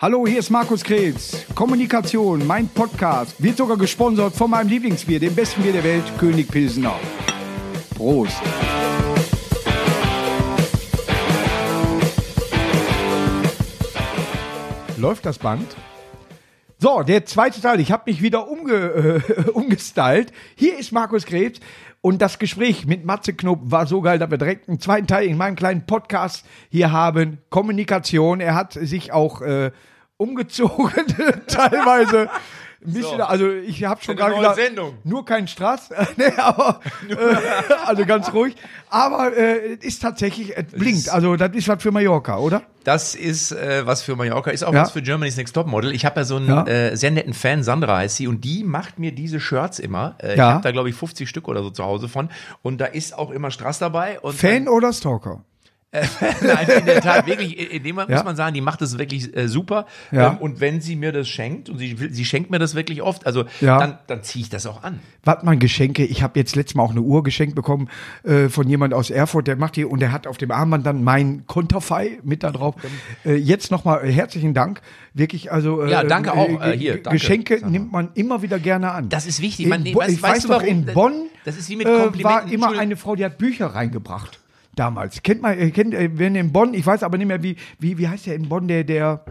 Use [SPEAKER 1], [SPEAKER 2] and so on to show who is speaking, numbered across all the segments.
[SPEAKER 1] Hallo, hier ist Markus Kretz. Kommunikation, mein Podcast, wird sogar gesponsert von meinem Lieblingsbier, dem besten Bier der Welt, König Pilsener. Prost. Läuft das Band? So, der zweite Teil. Ich habe mich wieder umge äh, umgestylt. Hier ist Markus Krebs und das Gespräch mit Matze Knob war so geil, dass wir direkt einen zweiten Teil in meinem kleinen Podcast hier haben. Kommunikation. Er hat sich auch äh, umgezogen teilweise. Ein bisschen,
[SPEAKER 2] So.
[SPEAKER 1] also ich habe schon
[SPEAKER 2] Eine
[SPEAKER 1] gerade
[SPEAKER 2] neue
[SPEAKER 1] gesagt,
[SPEAKER 2] Sendung.
[SPEAKER 1] nur kein Straß, nee, aber äh, also ganz ruhig. Aber äh, es ist tatsächlich, es blinkt. Also das ist was für Mallorca, oder?
[SPEAKER 2] Das ist äh, was für Mallorca, ist auch
[SPEAKER 1] Ja.
[SPEAKER 2] was für Germany's Next Topmodel. Ich habe ja so einen
[SPEAKER 1] Ja.
[SPEAKER 2] äh, sehr netten Fan, Sandra heißt sie, und die macht mir diese Shirts immer. Äh, Ich
[SPEAKER 1] Ja.
[SPEAKER 2] habe da, glaube ich, 50 Stück oder so zu Hause von. Und da ist auch immer Strass dabei. Und äh,
[SPEAKER 1] Fan oder Stalker?
[SPEAKER 2] Nein, in der Tat, wirklich, äh, in- in dem Moment
[SPEAKER 1] Ja.
[SPEAKER 2] muss man sagen, die macht das wirklich äh, super.
[SPEAKER 1] Ja.
[SPEAKER 2] Ähm, und wenn sie mir das schenkt, und sie, will- sie schenkt mir das wirklich oft, also
[SPEAKER 1] Ja.
[SPEAKER 2] dann, dann ziehe ich das auch an.
[SPEAKER 1] Was man Geschenke, ich habe jetzt letztes Mal auch eine Uhr geschenkt bekommen äh, von jemand aus Erfurt, der macht die und der hat auf dem Armband dann mein Konterfei mit da drauf. Äh, jetzt nochmal äh, herzlichen Dank. Wirklich, also äh,
[SPEAKER 2] Ja, danke auch,
[SPEAKER 1] ge-
[SPEAKER 2] äh, hier, danke,
[SPEAKER 1] Geschenke
[SPEAKER 2] Sandra.
[SPEAKER 1] nimmt man immer wieder gerne an.
[SPEAKER 2] Das ist wichtig.
[SPEAKER 1] in,
[SPEAKER 2] Man,
[SPEAKER 1] Bo- ich weiß doch, in Bonn
[SPEAKER 2] Das ist wie mit
[SPEAKER 1] äh, war
[SPEAKER 2] Komplimenten.
[SPEAKER 1] immer
[SPEAKER 2] Entschuldigung.
[SPEAKER 1] eine Frau, die hat Bücher reingebracht. Damals. Kennt man, äh, kennt, äh, wenn in Bonn, ich weiß aber nicht mehr, wie, wie, wie heißt der in Bonn, der, der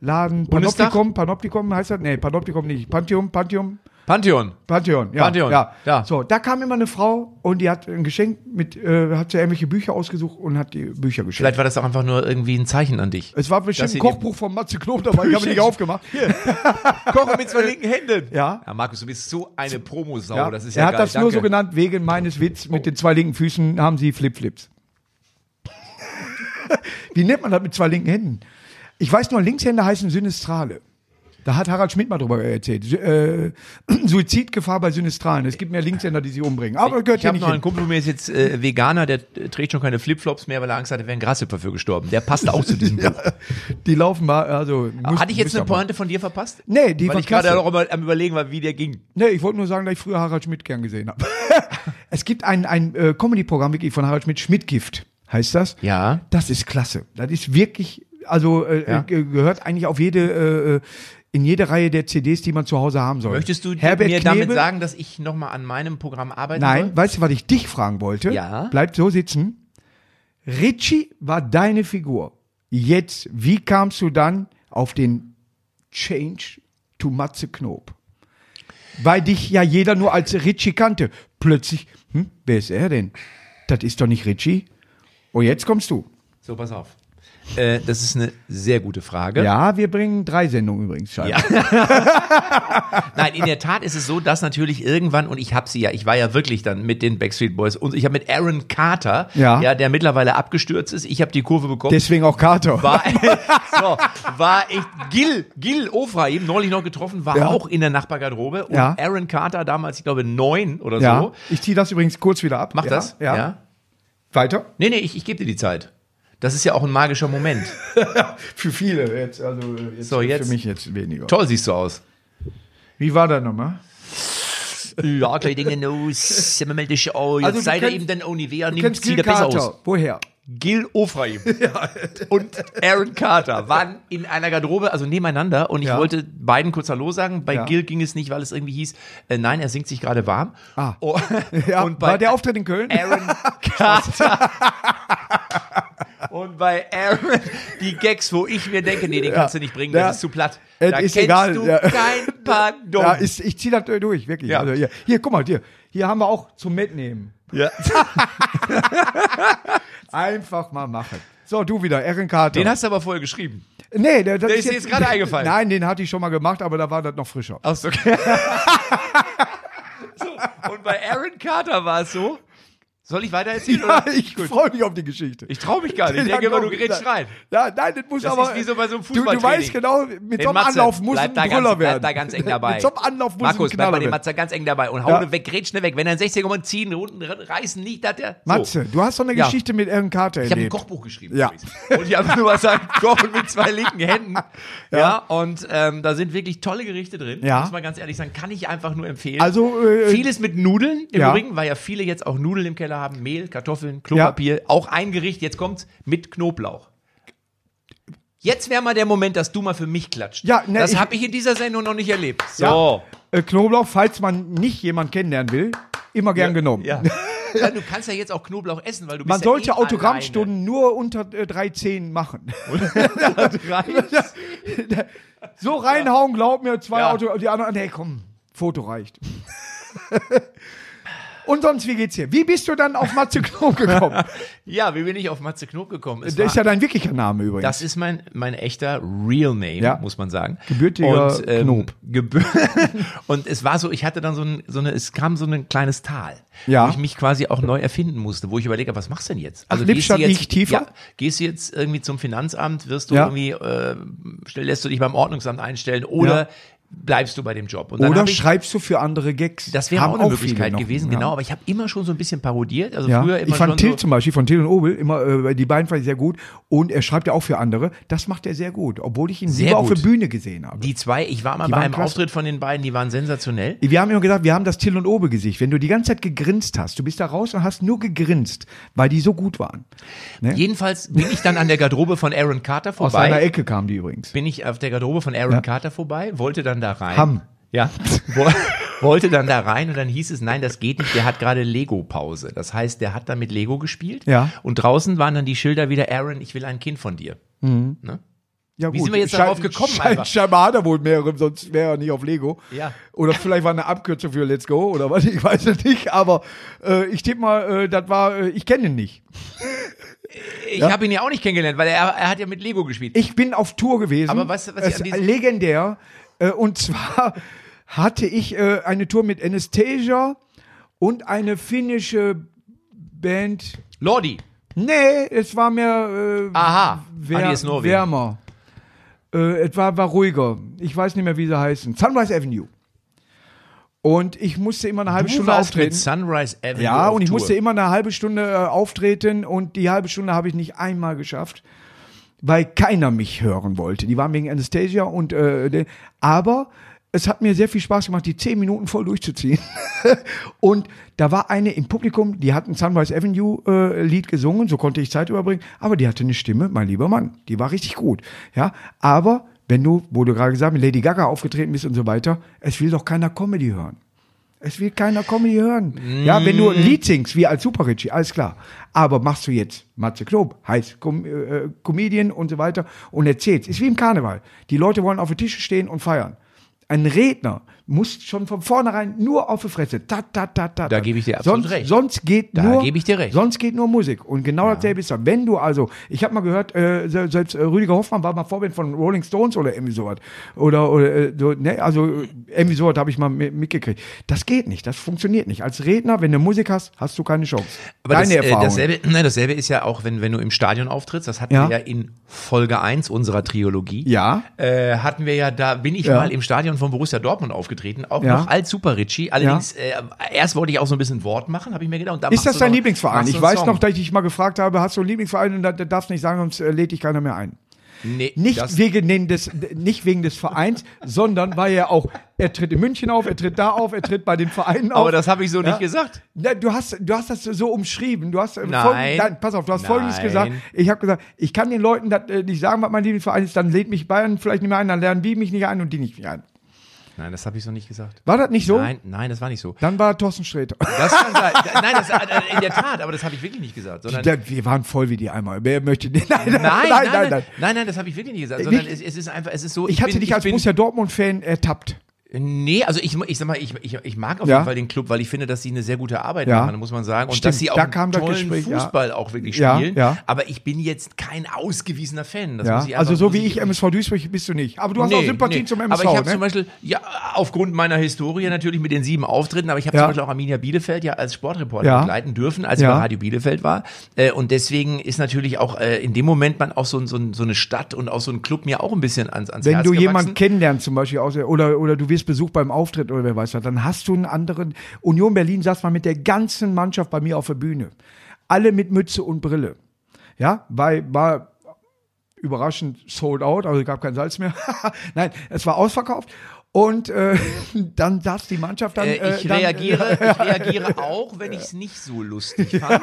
[SPEAKER 1] Laden?
[SPEAKER 2] Bundestag?
[SPEAKER 1] Panoptikum, Panoptikum heißt das? Nee, Panoptikum nicht. Pantheon, Pantheon.
[SPEAKER 2] Pantheon.
[SPEAKER 1] Pantheon, ja,
[SPEAKER 2] Pantheon,
[SPEAKER 1] ja.
[SPEAKER 2] ja.
[SPEAKER 1] So, da kam immer eine Frau und die hat ein Geschenk mit, äh, hat sie irgendwelche Bücher ausgesucht und hat die Bücher geschenkt.
[SPEAKER 2] Vielleicht war das auch einfach nur irgendwie ein Zeichen an dich.
[SPEAKER 1] es war
[SPEAKER 2] Dass
[SPEAKER 1] bestimmt
[SPEAKER 2] sie
[SPEAKER 1] ein
[SPEAKER 2] die-
[SPEAKER 1] Kochbuch von Matze Knob dabei, ich habe nicht aufgemacht.
[SPEAKER 2] Kochen mit zwei linken Händen.
[SPEAKER 1] Ja.
[SPEAKER 2] ja Markus, du bist so eine Promosau.
[SPEAKER 1] Ja.
[SPEAKER 2] Oh, Das ist
[SPEAKER 1] er
[SPEAKER 2] ja
[SPEAKER 1] hat
[SPEAKER 2] geil.
[SPEAKER 1] das nur so genannt, wegen meines Witz, mit den zwei linken Füßen haben sie Flipflips. Wie nennt man das mit zwei linken Händen? Ich weiß nur, Linkshänder heißen Synestrale. Da hat Harald Schmidt mal drüber erzählt. Su- Äh, Suizidgefahr bei Synestralen. Es gibt mehr Linkshänder, die sich umbringen. Aber das gehört
[SPEAKER 2] Ich
[SPEAKER 1] hier Oh
[SPEAKER 2] habe
[SPEAKER 1] nicht
[SPEAKER 2] noch
[SPEAKER 1] hin.
[SPEAKER 2] einen Kumpel, mir ist jetzt äh, Veganer, der äh, trägt schon keine Flipflops mehr, weil er Angst hatte, er wäre ein Grashüpfer für gestorben. Der passt auch zu diesem Buch.
[SPEAKER 1] Die laufen mal, also. muss-
[SPEAKER 2] Hatte ich jetzt
[SPEAKER 1] müsst
[SPEAKER 2] eine
[SPEAKER 1] ihr mal.
[SPEAKER 2] Pointe von dir verpasst?
[SPEAKER 1] Nee, die
[SPEAKER 2] weil
[SPEAKER 1] war
[SPEAKER 2] ich gerade
[SPEAKER 1] klasse.
[SPEAKER 2] auch immer am überlegen war, wie der ging.
[SPEAKER 1] Nee, ich wollte nur sagen, dass ich früher Harald Schmidt gern gesehen habe. es gibt ein, ein äh, Comedy-Programm wirklich von Harald Schmidt, Schmidtgift heißt das.
[SPEAKER 2] Ja.
[SPEAKER 1] Das ist klasse. Das ist wirklich, also äh,
[SPEAKER 2] Ja.
[SPEAKER 1] äh, gehört eigentlich auf jede, äh, in jede Reihe der CDs, die man zu Hause haben soll.
[SPEAKER 2] Möchtest du
[SPEAKER 1] Herbert
[SPEAKER 2] mir
[SPEAKER 1] Knebel,
[SPEAKER 2] damit sagen, dass ich nochmal an meinem Programm arbeiten
[SPEAKER 1] Nein,
[SPEAKER 2] soll?
[SPEAKER 1] weißt du, was ich dich fragen wollte?
[SPEAKER 2] Ja.
[SPEAKER 1] Bleib so sitzen. Richie war deine Figur. Jetzt, wie kamst du dann auf den Change to Matze Knob? Weil dich ja jeder nur als Richie kannte. Plötzlich, hm, wer ist er denn? Das ist doch nicht Richie. Und jetzt kommst du.
[SPEAKER 2] So, pass auf. Äh, das ist eine sehr gute Frage.
[SPEAKER 1] Ja, wir bringen drei Sendungen übrigens. scheinbar.
[SPEAKER 2] Nein, in der Tat ist es so, dass natürlich irgendwann, und ich habe sie ja, ich war ja wirklich dann mit den Backstreet Boys und ich habe mit Aaron Carter,
[SPEAKER 1] Ja.
[SPEAKER 2] der mittlerweile abgestürzt ist, ich habe die Kurve bekommen.
[SPEAKER 1] Deswegen auch Kater.
[SPEAKER 2] war, so, war echt Gil, Gil Ofra eben neulich noch getroffen, war
[SPEAKER 1] Ja.
[SPEAKER 2] auch in der Nachbargarderobe und
[SPEAKER 1] Ja.
[SPEAKER 2] Aaron Carter damals, ich glaube, neun oder
[SPEAKER 1] ja.
[SPEAKER 2] so.
[SPEAKER 1] Ich ziehe das übrigens kurz wieder ab.
[SPEAKER 2] Mach
[SPEAKER 1] ja,
[SPEAKER 2] das?
[SPEAKER 1] Ja. Weiter?
[SPEAKER 2] Nee, nee, ich, ich gebe dir die Zeit. Das ist ja auch ein magischer Moment.
[SPEAKER 1] Für viele jetzt, also jetzt
[SPEAKER 2] So, jetzt-
[SPEAKER 1] für mich jetzt weniger.
[SPEAKER 2] Toll siehst du aus.
[SPEAKER 1] Wie war das nochmal?
[SPEAKER 2] Ja, kleine Dinge, no, sind wir dich auch. oh, Jetzt
[SPEAKER 1] Also, du
[SPEAKER 2] seid ihr
[SPEAKER 1] kennst-
[SPEAKER 2] eben dann Olivier,
[SPEAKER 1] Kennt
[SPEAKER 2] nimmt
[SPEAKER 1] Gil
[SPEAKER 2] sieht er besser
[SPEAKER 1] Carter.
[SPEAKER 2] aus.
[SPEAKER 1] Woher?
[SPEAKER 2] Gil Ofraim und Aaron Carter waren in einer Garderobe, also nebeneinander. Und ich
[SPEAKER 1] Ja.
[SPEAKER 2] wollte beiden kurz Hallo sagen. Bei
[SPEAKER 1] Ja.
[SPEAKER 2] Gil ging es nicht, weil es irgendwie hieß, äh, nein, er singt sich gerade warm.
[SPEAKER 1] Ah.
[SPEAKER 2] Oh,
[SPEAKER 1] Ja,
[SPEAKER 2] und
[SPEAKER 1] war
[SPEAKER 2] bei
[SPEAKER 1] der Auftritt in Köln?
[SPEAKER 2] Aaron Carter. und bei Aaron die Gags, wo ich mir denke, nee, den kannst du nicht bringen,
[SPEAKER 1] Ja.
[SPEAKER 2] das ist zu platt.
[SPEAKER 1] Äh,
[SPEAKER 2] da
[SPEAKER 1] ist
[SPEAKER 2] kennst
[SPEAKER 1] egal,
[SPEAKER 2] du
[SPEAKER 1] ja.
[SPEAKER 2] kein Pardon.
[SPEAKER 1] ja, ist, ich ziehe das äh, durch, wirklich.
[SPEAKER 2] Ja.
[SPEAKER 1] Also hier, hier, guck mal, hier, hier haben wir auch zum Mitnehmen.
[SPEAKER 2] Ja.
[SPEAKER 1] Einfach mal machen. So, du wieder, Aaron Carter.
[SPEAKER 2] Den hast du aber vorher geschrieben.
[SPEAKER 1] nee, der, das
[SPEAKER 2] ist dir jetzt gerade eingefallen.
[SPEAKER 1] Nein, den hatte ich schon mal gemacht, aber da war das noch frischer.
[SPEAKER 2] Ach so, okay. so, und bei Aaron Carter war es so. Soll ich weiter erzählen?
[SPEAKER 1] Ja,
[SPEAKER 2] oder?
[SPEAKER 1] ich freue mich auf die Geschichte.
[SPEAKER 2] Ich traue mich gar nicht. Ich denke immer, du gerätst rein.
[SPEAKER 1] Ja, nein, das muss
[SPEAKER 2] Das
[SPEAKER 1] aber.
[SPEAKER 2] ist wie so bei so einem
[SPEAKER 1] du, du
[SPEAKER 2] Fußballtraining.
[SPEAKER 1] weißt genau, mit
[SPEAKER 2] Den
[SPEAKER 1] so einem
[SPEAKER 2] Matze,
[SPEAKER 1] Anlauf muss
[SPEAKER 2] bleib
[SPEAKER 1] ein
[SPEAKER 2] da
[SPEAKER 1] Brüller
[SPEAKER 2] ganz,
[SPEAKER 1] werden.
[SPEAKER 2] Bleib da ganz eng dabei.
[SPEAKER 1] Mit so einem Anlauf muss
[SPEAKER 2] Markus,
[SPEAKER 1] ein
[SPEAKER 2] bleib
[SPEAKER 1] Knaller
[SPEAKER 2] bei dem
[SPEAKER 1] werden.
[SPEAKER 2] Matze ganz eng dabei und hau
[SPEAKER 1] Ja.
[SPEAKER 2] ne weg, grätsch ne weg. Wenn er in 60 kommt, ziehen, unten reißen, nicht, dass der. So.
[SPEAKER 1] Matze, du hast doch eine
[SPEAKER 2] Ja.
[SPEAKER 1] Geschichte mit Aaron Carter
[SPEAKER 2] Ich habe ein
[SPEAKER 1] erlebt.
[SPEAKER 2] Kochbuch geschrieben.
[SPEAKER 1] Ja.
[SPEAKER 2] übrigens. Und ich habe nur was sagen, kochen mit zwei linken Händen. Ja. und ähm, da sind wirklich tolle Gerichte drin.
[SPEAKER 1] Ja.
[SPEAKER 2] Muss man ganz ehrlich sagen, kann ich einfach nur empfehlen.
[SPEAKER 1] Also, äh,
[SPEAKER 2] Vieles mit Nudeln im
[SPEAKER 1] ja.
[SPEAKER 2] Übrigen, weil ja viele jetzt auch Nudeln im Keller haben. Mehl, Kartoffeln, Klopapier. Auch ein Gericht, jetzt kommt's, mit Knoblauch. Jetzt wäre mal der Moment, dass du mal für mich klatscht.
[SPEAKER 1] Ja, ne,
[SPEAKER 2] das
[SPEAKER 1] ich-
[SPEAKER 2] habe ich in dieser Sendung noch nicht erlebt.
[SPEAKER 1] Ja. Äh, Knoblauch, falls man nicht jemand kennenlernen will, immer gern genommen.
[SPEAKER 2] Ja. ja. Du kannst ja jetzt auch Knoblauch essen, weil du bist
[SPEAKER 1] Man
[SPEAKER 2] ja
[SPEAKER 1] sollte
[SPEAKER 2] eh
[SPEAKER 1] Autogrammstunden nur unter äh, 3,10 machen.
[SPEAKER 2] alleine.
[SPEAKER 1] So reinhauen, glaub mir, zwei
[SPEAKER 2] Ja.
[SPEAKER 1] Auto, die anderen, nee, komm, Foto reicht. Und sonst, wie geht's dir? Wie bist du dann auf Matze Knob gekommen?
[SPEAKER 2] Ja, wie bin ich auf Matze Knob gekommen? Es
[SPEAKER 1] Das ist
[SPEAKER 2] war-
[SPEAKER 1] ja dein wirklicher Name übrigens.
[SPEAKER 2] das ist mein, mein echter Real Name,
[SPEAKER 1] Ja.
[SPEAKER 2] muss man sagen.
[SPEAKER 1] Gebürtiger Knob.
[SPEAKER 2] gebür und es war so, ich hatte dann so, ein, so eine, es kam so ein kleines Tal,
[SPEAKER 1] Ja.
[SPEAKER 2] wo ich mich quasi auch neu erfinden musste, wo ich überlege, was machst du denn jetzt?
[SPEAKER 1] Ach, Lippstadt
[SPEAKER 2] jetzt,
[SPEAKER 1] nicht tiefer?
[SPEAKER 2] Ja, gehst du jetzt irgendwie zum Finanzamt, wirst du
[SPEAKER 1] Ja.
[SPEAKER 2] irgendwie, äh, stell- lässt du dich beim Ordnungsamt einstellen oder bleibst du bei dem Job? Und dann
[SPEAKER 1] Oder
[SPEAKER 2] hab ich-
[SPEAKER 1] schreibst du für andere Gags?
[SPEAKER 2] Das wäre
[SPEAKER 1] Haben
[SPEAKER 2] auch eine
[SPEAKER 1] viele
[SPEAKER 2] Möglichkeit
[SPEAKER 1] noch,
[SPEAKER 2] gewesen,
[SPEAKER 1] ja.
[SPEAKER 2] genau. Aber ich habe immer schon so ein bisschen parodiert. Also
[SPEAKER 1] Ja.
[SPEAKER 2] früher immer
[SPEAKER 1] ich fand
[SPEAKER 2] schon
[SPEAKER 1] Till
[SPEAKER 2] so,
[SPEAKER 1] zum Beispiel, von Till und Obel, immer, äh, die beiden fand ich sehr gut. Und er schreibt ja auch für andere. Das macht er sehr gut, obwohl ich ihn
[SPEAKER 2] Sehr
[SPEAKER 1] lieber auf der
[SPEAKER 2] gut.
[SPEAKER 1] Bühne gesehen habe.
[SPEAKER 2] Die zwei, ich war mal bei
[SPEAKER 1] waren
[SPEAKER 2] einem
[SPEAKER 1] klasse.
[SPEAKER 2] Auftritt von den beiden, die waren sensationell.
[SPEAKER 1] wir haben immer gesagt, wir haben das Till und Obel Gesicht. Wenn du die ganze Zeit gegrinst hast, du bist da raus und hast nur gegrinst, weil die so gut waren. Ne?
[SPEAKER 2] Jedenfalls bin ich dann an der Garderobe von Aaron Carter
[SPEAKER 1] Aus seiner
[SPEAKER 2] vorbei.
[SPEAKER 1] Ecke kamen die übrigens.
[SPEAKER 2] Bin ich auf der Garderobe von Aaron Carter vorbei, wollte dann da rein.
[SPEAKER 1] Hamm.
[SPEAKER 2] Ja. Wo- wollte dann da rein und dann hieß es, nein, das geht nicht, der hat gerade Lego-Pause. Das heißt, der hat da mit Lego gespielt.
[SPEAKER 1] Ja.
[SPEAKER 2] Und draußen waren dann die Schilder wieder, Aaron, ich will ein Kind von dir.
[SPEAKER 1] Ja,
[SPEAKER 2] Wie sind wir jetzt darauf gekommen,
[SPEAKER 1] Schein,
[SPEAKER 2] einfach?
[SPEAKER 1] scheinbar hat er wohl mehrere, sonst wäre er nicht auf Lego.
[SPEAKER 2] Ja.
[SPEAKER 1] Oder vielleicht war eine Abkürzung für Let's Go oder was, ich weiß es nicht. Aber äh, ich tippe mal, äh, das war, äh, ich kenne ihn nicht.
[SPEAKER 2] Ich habe ihn ja auch nicht kennengelernt, weil er, er hat ja mit Lego gespielt.
[SPEAKER 1] Ich bin auf Tour gewesen.
[SPEAKER 2] Aber weißt du, was ich
[SPEAKER 1] es
[SPEAKER 2] an
[SPEAKER 1] ist
[SPEAKER 2] diesem-
[SPEAKER 1] legendär. Äh, und zwar hatte ich äh, eine Tour mit Anastasia und eine finnische Band.
[SPEAKER 2] Lordi.
[SPEAKER 1] Nee, es war mehr äh,
[SPEAKER 2] Aha. Ah, die ist Norwegen.
[SPEAKER 1] wärmer. Äh, es war, war ruhiger. Ich weiß nicht mehr, wie sie heißen. Sunrise Avenue. Und ich musste immer eine halbe
[SPEAKER 2] Du
[SPEAKER 1] Stunde
[SPEAKER 2] warst
[SPEAKER 1] auftreten.
[SPEAKER 2] mit Sunrise Avenue.
[SPEAKER 1] Ja,
[SPEAKER 2] auf
[SPEAKER 1] und ich
[SPEAKER 2] Tour.
[SPEAKER 1] musste immer eine halbe Stunde äh, auftreten und die halbe Stunde habe ich nicht einmal geschafft, weil keiner mich hören wollte. Die waren wegen Anastasia und äh, de- aber es hat mir sehr viel Spaß gemacht, die zehn Minuten voll durchzuziehen. und da war eine im Publikum, die hat ein Sunrise Avenue äh, Lied gesungen, so konnte ich Zeit überbringen, aber die hatte eine Stimme, mein lieber Mann, die war richtig gut. Ja, aber wenn du, wo du gerade gesagt hast, mit Lady Gaga aufgetreten bist und so weiter, es will doch keiner Comedy hören. Es will keiner Comedy hören. Ja, wenn du
[SPEAKER 2] Mm.
[SPEAKER 1] ein Lied singst, wie als Super Richie, alles klar. Aber machst du jetzt Matze Knob, heißt Com äh, Comedian und so weiter und erzählst. Ist wie im Karneval. Die Leute wollen auf den Tisch stehen und feiern. Ein Redner muss schon von vornherein nur auf die Fresse. Tat, tat, tat, tat.
[SPEAKER 2] Da
[SPEAKER 1] tat.
[SPEAKER 2] gebe ich dir absolut
[SPEAKER 1] sonst,
[SPEAKER 2] recht.
[SPEAKER 1] Sonst geht
[SPEAKER 2] Da
[SPEAKER 1] nur,
[SPEAKER 2] gebe ich dir recht.
[SPEAKER 1] Sonst geht nur Musik. Und genau dasselbe ist das. Wenn du also, ich habe mal gehört, äh, se- selbst äh, Rüdiger Hoffmann war mal Vorbild von Rolling Stones oder irgendwie sowas. Oder, oder äh, so, ne, also äh, irgendwie sowas habe ich mal mi- mitgekriegt. Das geht nicht, das funktioniert nicht. Als Redner, wenn du Musik hast, hast du keine Chance.
[SPEAKER 2] Aber
[SPEAKER 1] Deine
[SPEAKER 2] das, äh,
[SPEAKER 1] Erfahrung.
[SPEAKER 2] dasselbe, nein, dasselbe ist ja auch, wenn, wenn du im Stadion auftrittst, das hatten
[SPEAKER 1] Ja.
[SPEAKER 2] wir ja in Folge 1 unserer Trilogie.
[SPEAKER 1] Ja.
[SPEAKER 2] Äh, hatten wir ja, da bin ich
[SPEAKER 1] Ja.
[SPEAKER 2] mal im Stadion von Borussia Dortmund aufgetreten, auch
[SPEAKER 1] Ja.
[SPEAKER 2] noch als Super Ritchie. Allerdings, äh, erst wollte ich auch so ein bisschen Wort machen, habe ich mir gedacht. Und dann
[SPEAKER 1] Ist
[SPEAKER 2] machst
[SPEAKER 1] das
[SPEAKER 2] du
[SPEAKER 1] dein
[SPEAKER 2] noch-
[SPEAKER 1] Lieblingsverein?
[SPEAKER 2] machst du
[SPEAKER 1] Ich
[SPEAKER 2] einen
[SPEAKER 1] weiß
[SPEAKER 2] Song.
[SPEAKER 1] noch, dass ich dich mal gefragt habe, hast du einen Lieblingsverein und da da darfst nicht sagen, sonst äh, lädt dich keiner mehr ein.
[SPEAKER 2] nee,
[SPEAKER 1] Nicht
[SPEAKER 2] das,
[SPEAKER 1] wegen, den des, nicht wegen des Vereins, sondern weil er auch, er tritt in München auf, er tritt da auf, er tritt bei den Vereinen auf.
[SPEAKER 2] aber das habe ich so
[SPEAKER 1] Ja.
[SPEAKER 2] nicht gesagt.
[SPEAKER 1] Na, du, hast, du hast das so umschrieben. Du hast, äh,
[SPEAKER 2] Nein.
[SPEAKER 1] folgend- nein, pass auf, du hast
[SPEAKER 2] Nein.
[SPEAKER 1] Folgendes gesagt. Ich habe gesagt, ich kann den Leuten das, äh, nicht sagen, was mein Lieblingsverein ist. Dann lädt mich Bayern vielleicht nicht mehr ein, dann lernen die mich nicht ein und die nicht mehr ein.
[SPEAKER 2] Nein, das habe ich so nicht gesagt.
[SPEAKER 1] War das nicht so?
[SPEAKER 2] Nein, nein, das war nicht so.
[SPEAKER 1] Dann war Thorsten Sträter.
[SPEAKER 2] Das kann sein. Nein, das, äh, in der Tat, aber das habe ich wirklich nicht gesagt. Sondern
[SPEAKER 1] Der- Wir waren voll wie die einmal. Wer möchte den? Nein, Äh,
[SPEAKER 2] Nein, nein, nein, nein, nein, das habe ich wirklich nicht gesagt, sondern
[SPEAKER 1] Nicht?
[SPEAKER 2] es, es ist einfach, es ist so.
[SPEAKER 1] Ich hatte
[SPEAKER 2] bin-
[SPEAKER 1] dich als
[SPEAKER 2] bin-
[SPEAKER 1] Borussia Dortmund-Fan ertappt.
[SPEAKER 2] Nee, also ich, ich sag mal, ich, ich, ich mag auf
[SPEAKER 1] Ja.
[SPEAKER 2] jeden Fall den Club, weil ich finde, dass sie eine sehr gute Arbeit
[SPEAKER 1] Ja.
[SPEAKER 2] machen, muss man sagen. Und
[SPEAKER 1] Stimmt,
[SPEAKER 2] dass sie auch
[SPEAKER 1] da kam das
[SPEAKER 2] tollen
[SPEAKER 1] Gespräch, ja.
[SPEAKER 2] Fußball auch wirklich
[SPEAKER 1] Ja,
[SPEAKER 2] spielen.
[SPEAKER 1] ja.
[SPEAKER 2] Aber ich bin jetzt kein ausgewiesener Fan. Das
[SPEAKER 1] Ja?
[SPEAKER 2] muss ich einfach,
[SPEAKER 1] also so
[SPEAKER 2] muss
[SPEAKER 1] wie ich MSV Duisburg bist du nicht. Aber du hast auch
[SPEAKER 2] Nee,
[SPEAKER 1] Sympathien
[SPEAKER 2] nee.
[SPEAKER 1] zum MSV.
[SPEAKER 2] Aber ich habe
[SPEAKER 1] ne?
[SPEAKER 2] zum Beispiel, ja, aufgrund meiner Historie natürlich mit den sieben Auftritten, aber ich habe
[SPEAKER 1] Ja.
[SPEAKER 2] zum Beispiel auch Arminia Bielefeld ja als Sportreporter
[SPEAKER 1] Ja.
[SPEAKER 2] begleiten dürfen, als
[SPEAKER 1] Ja.
[SPEAKER 2] ich bei Radio Bielefeld war. Äh, und deswegen ist natürlich auch äh, in dem Moment man auch so, ein- so, ein- so eine Stadt und auch so ein Club mir auch ein bisschen ans, ans
[SPEAKER 1] Wenn
[SPEAKER 2] Herz
[SPEAKER 1] du
[SPEAKER 2] gewachsen.
[SPEAKER 1] jemanden kennenlernst, zum Beispiel, aus, oder, oder du wirst besucht beim Auftritt oder wer weiß was, dann hast du einen anderen. Union Berlin saß mal mit der ganzen Mannschaft bei mir auf der Bühne. Alle mit Mütze und Brille. Ja, bei, war überraschend sold out, also gab kein Salz mehr. Nein, es war ausverkauft. Und äh, dann saß die Mannschaft dann.
[SPEAKER 2] Äh, ich
[SPEAKER 1] dann,
[SPEAKER 2] reagiere, ich reagiere auch, wenn ich es nicht so lustig fand.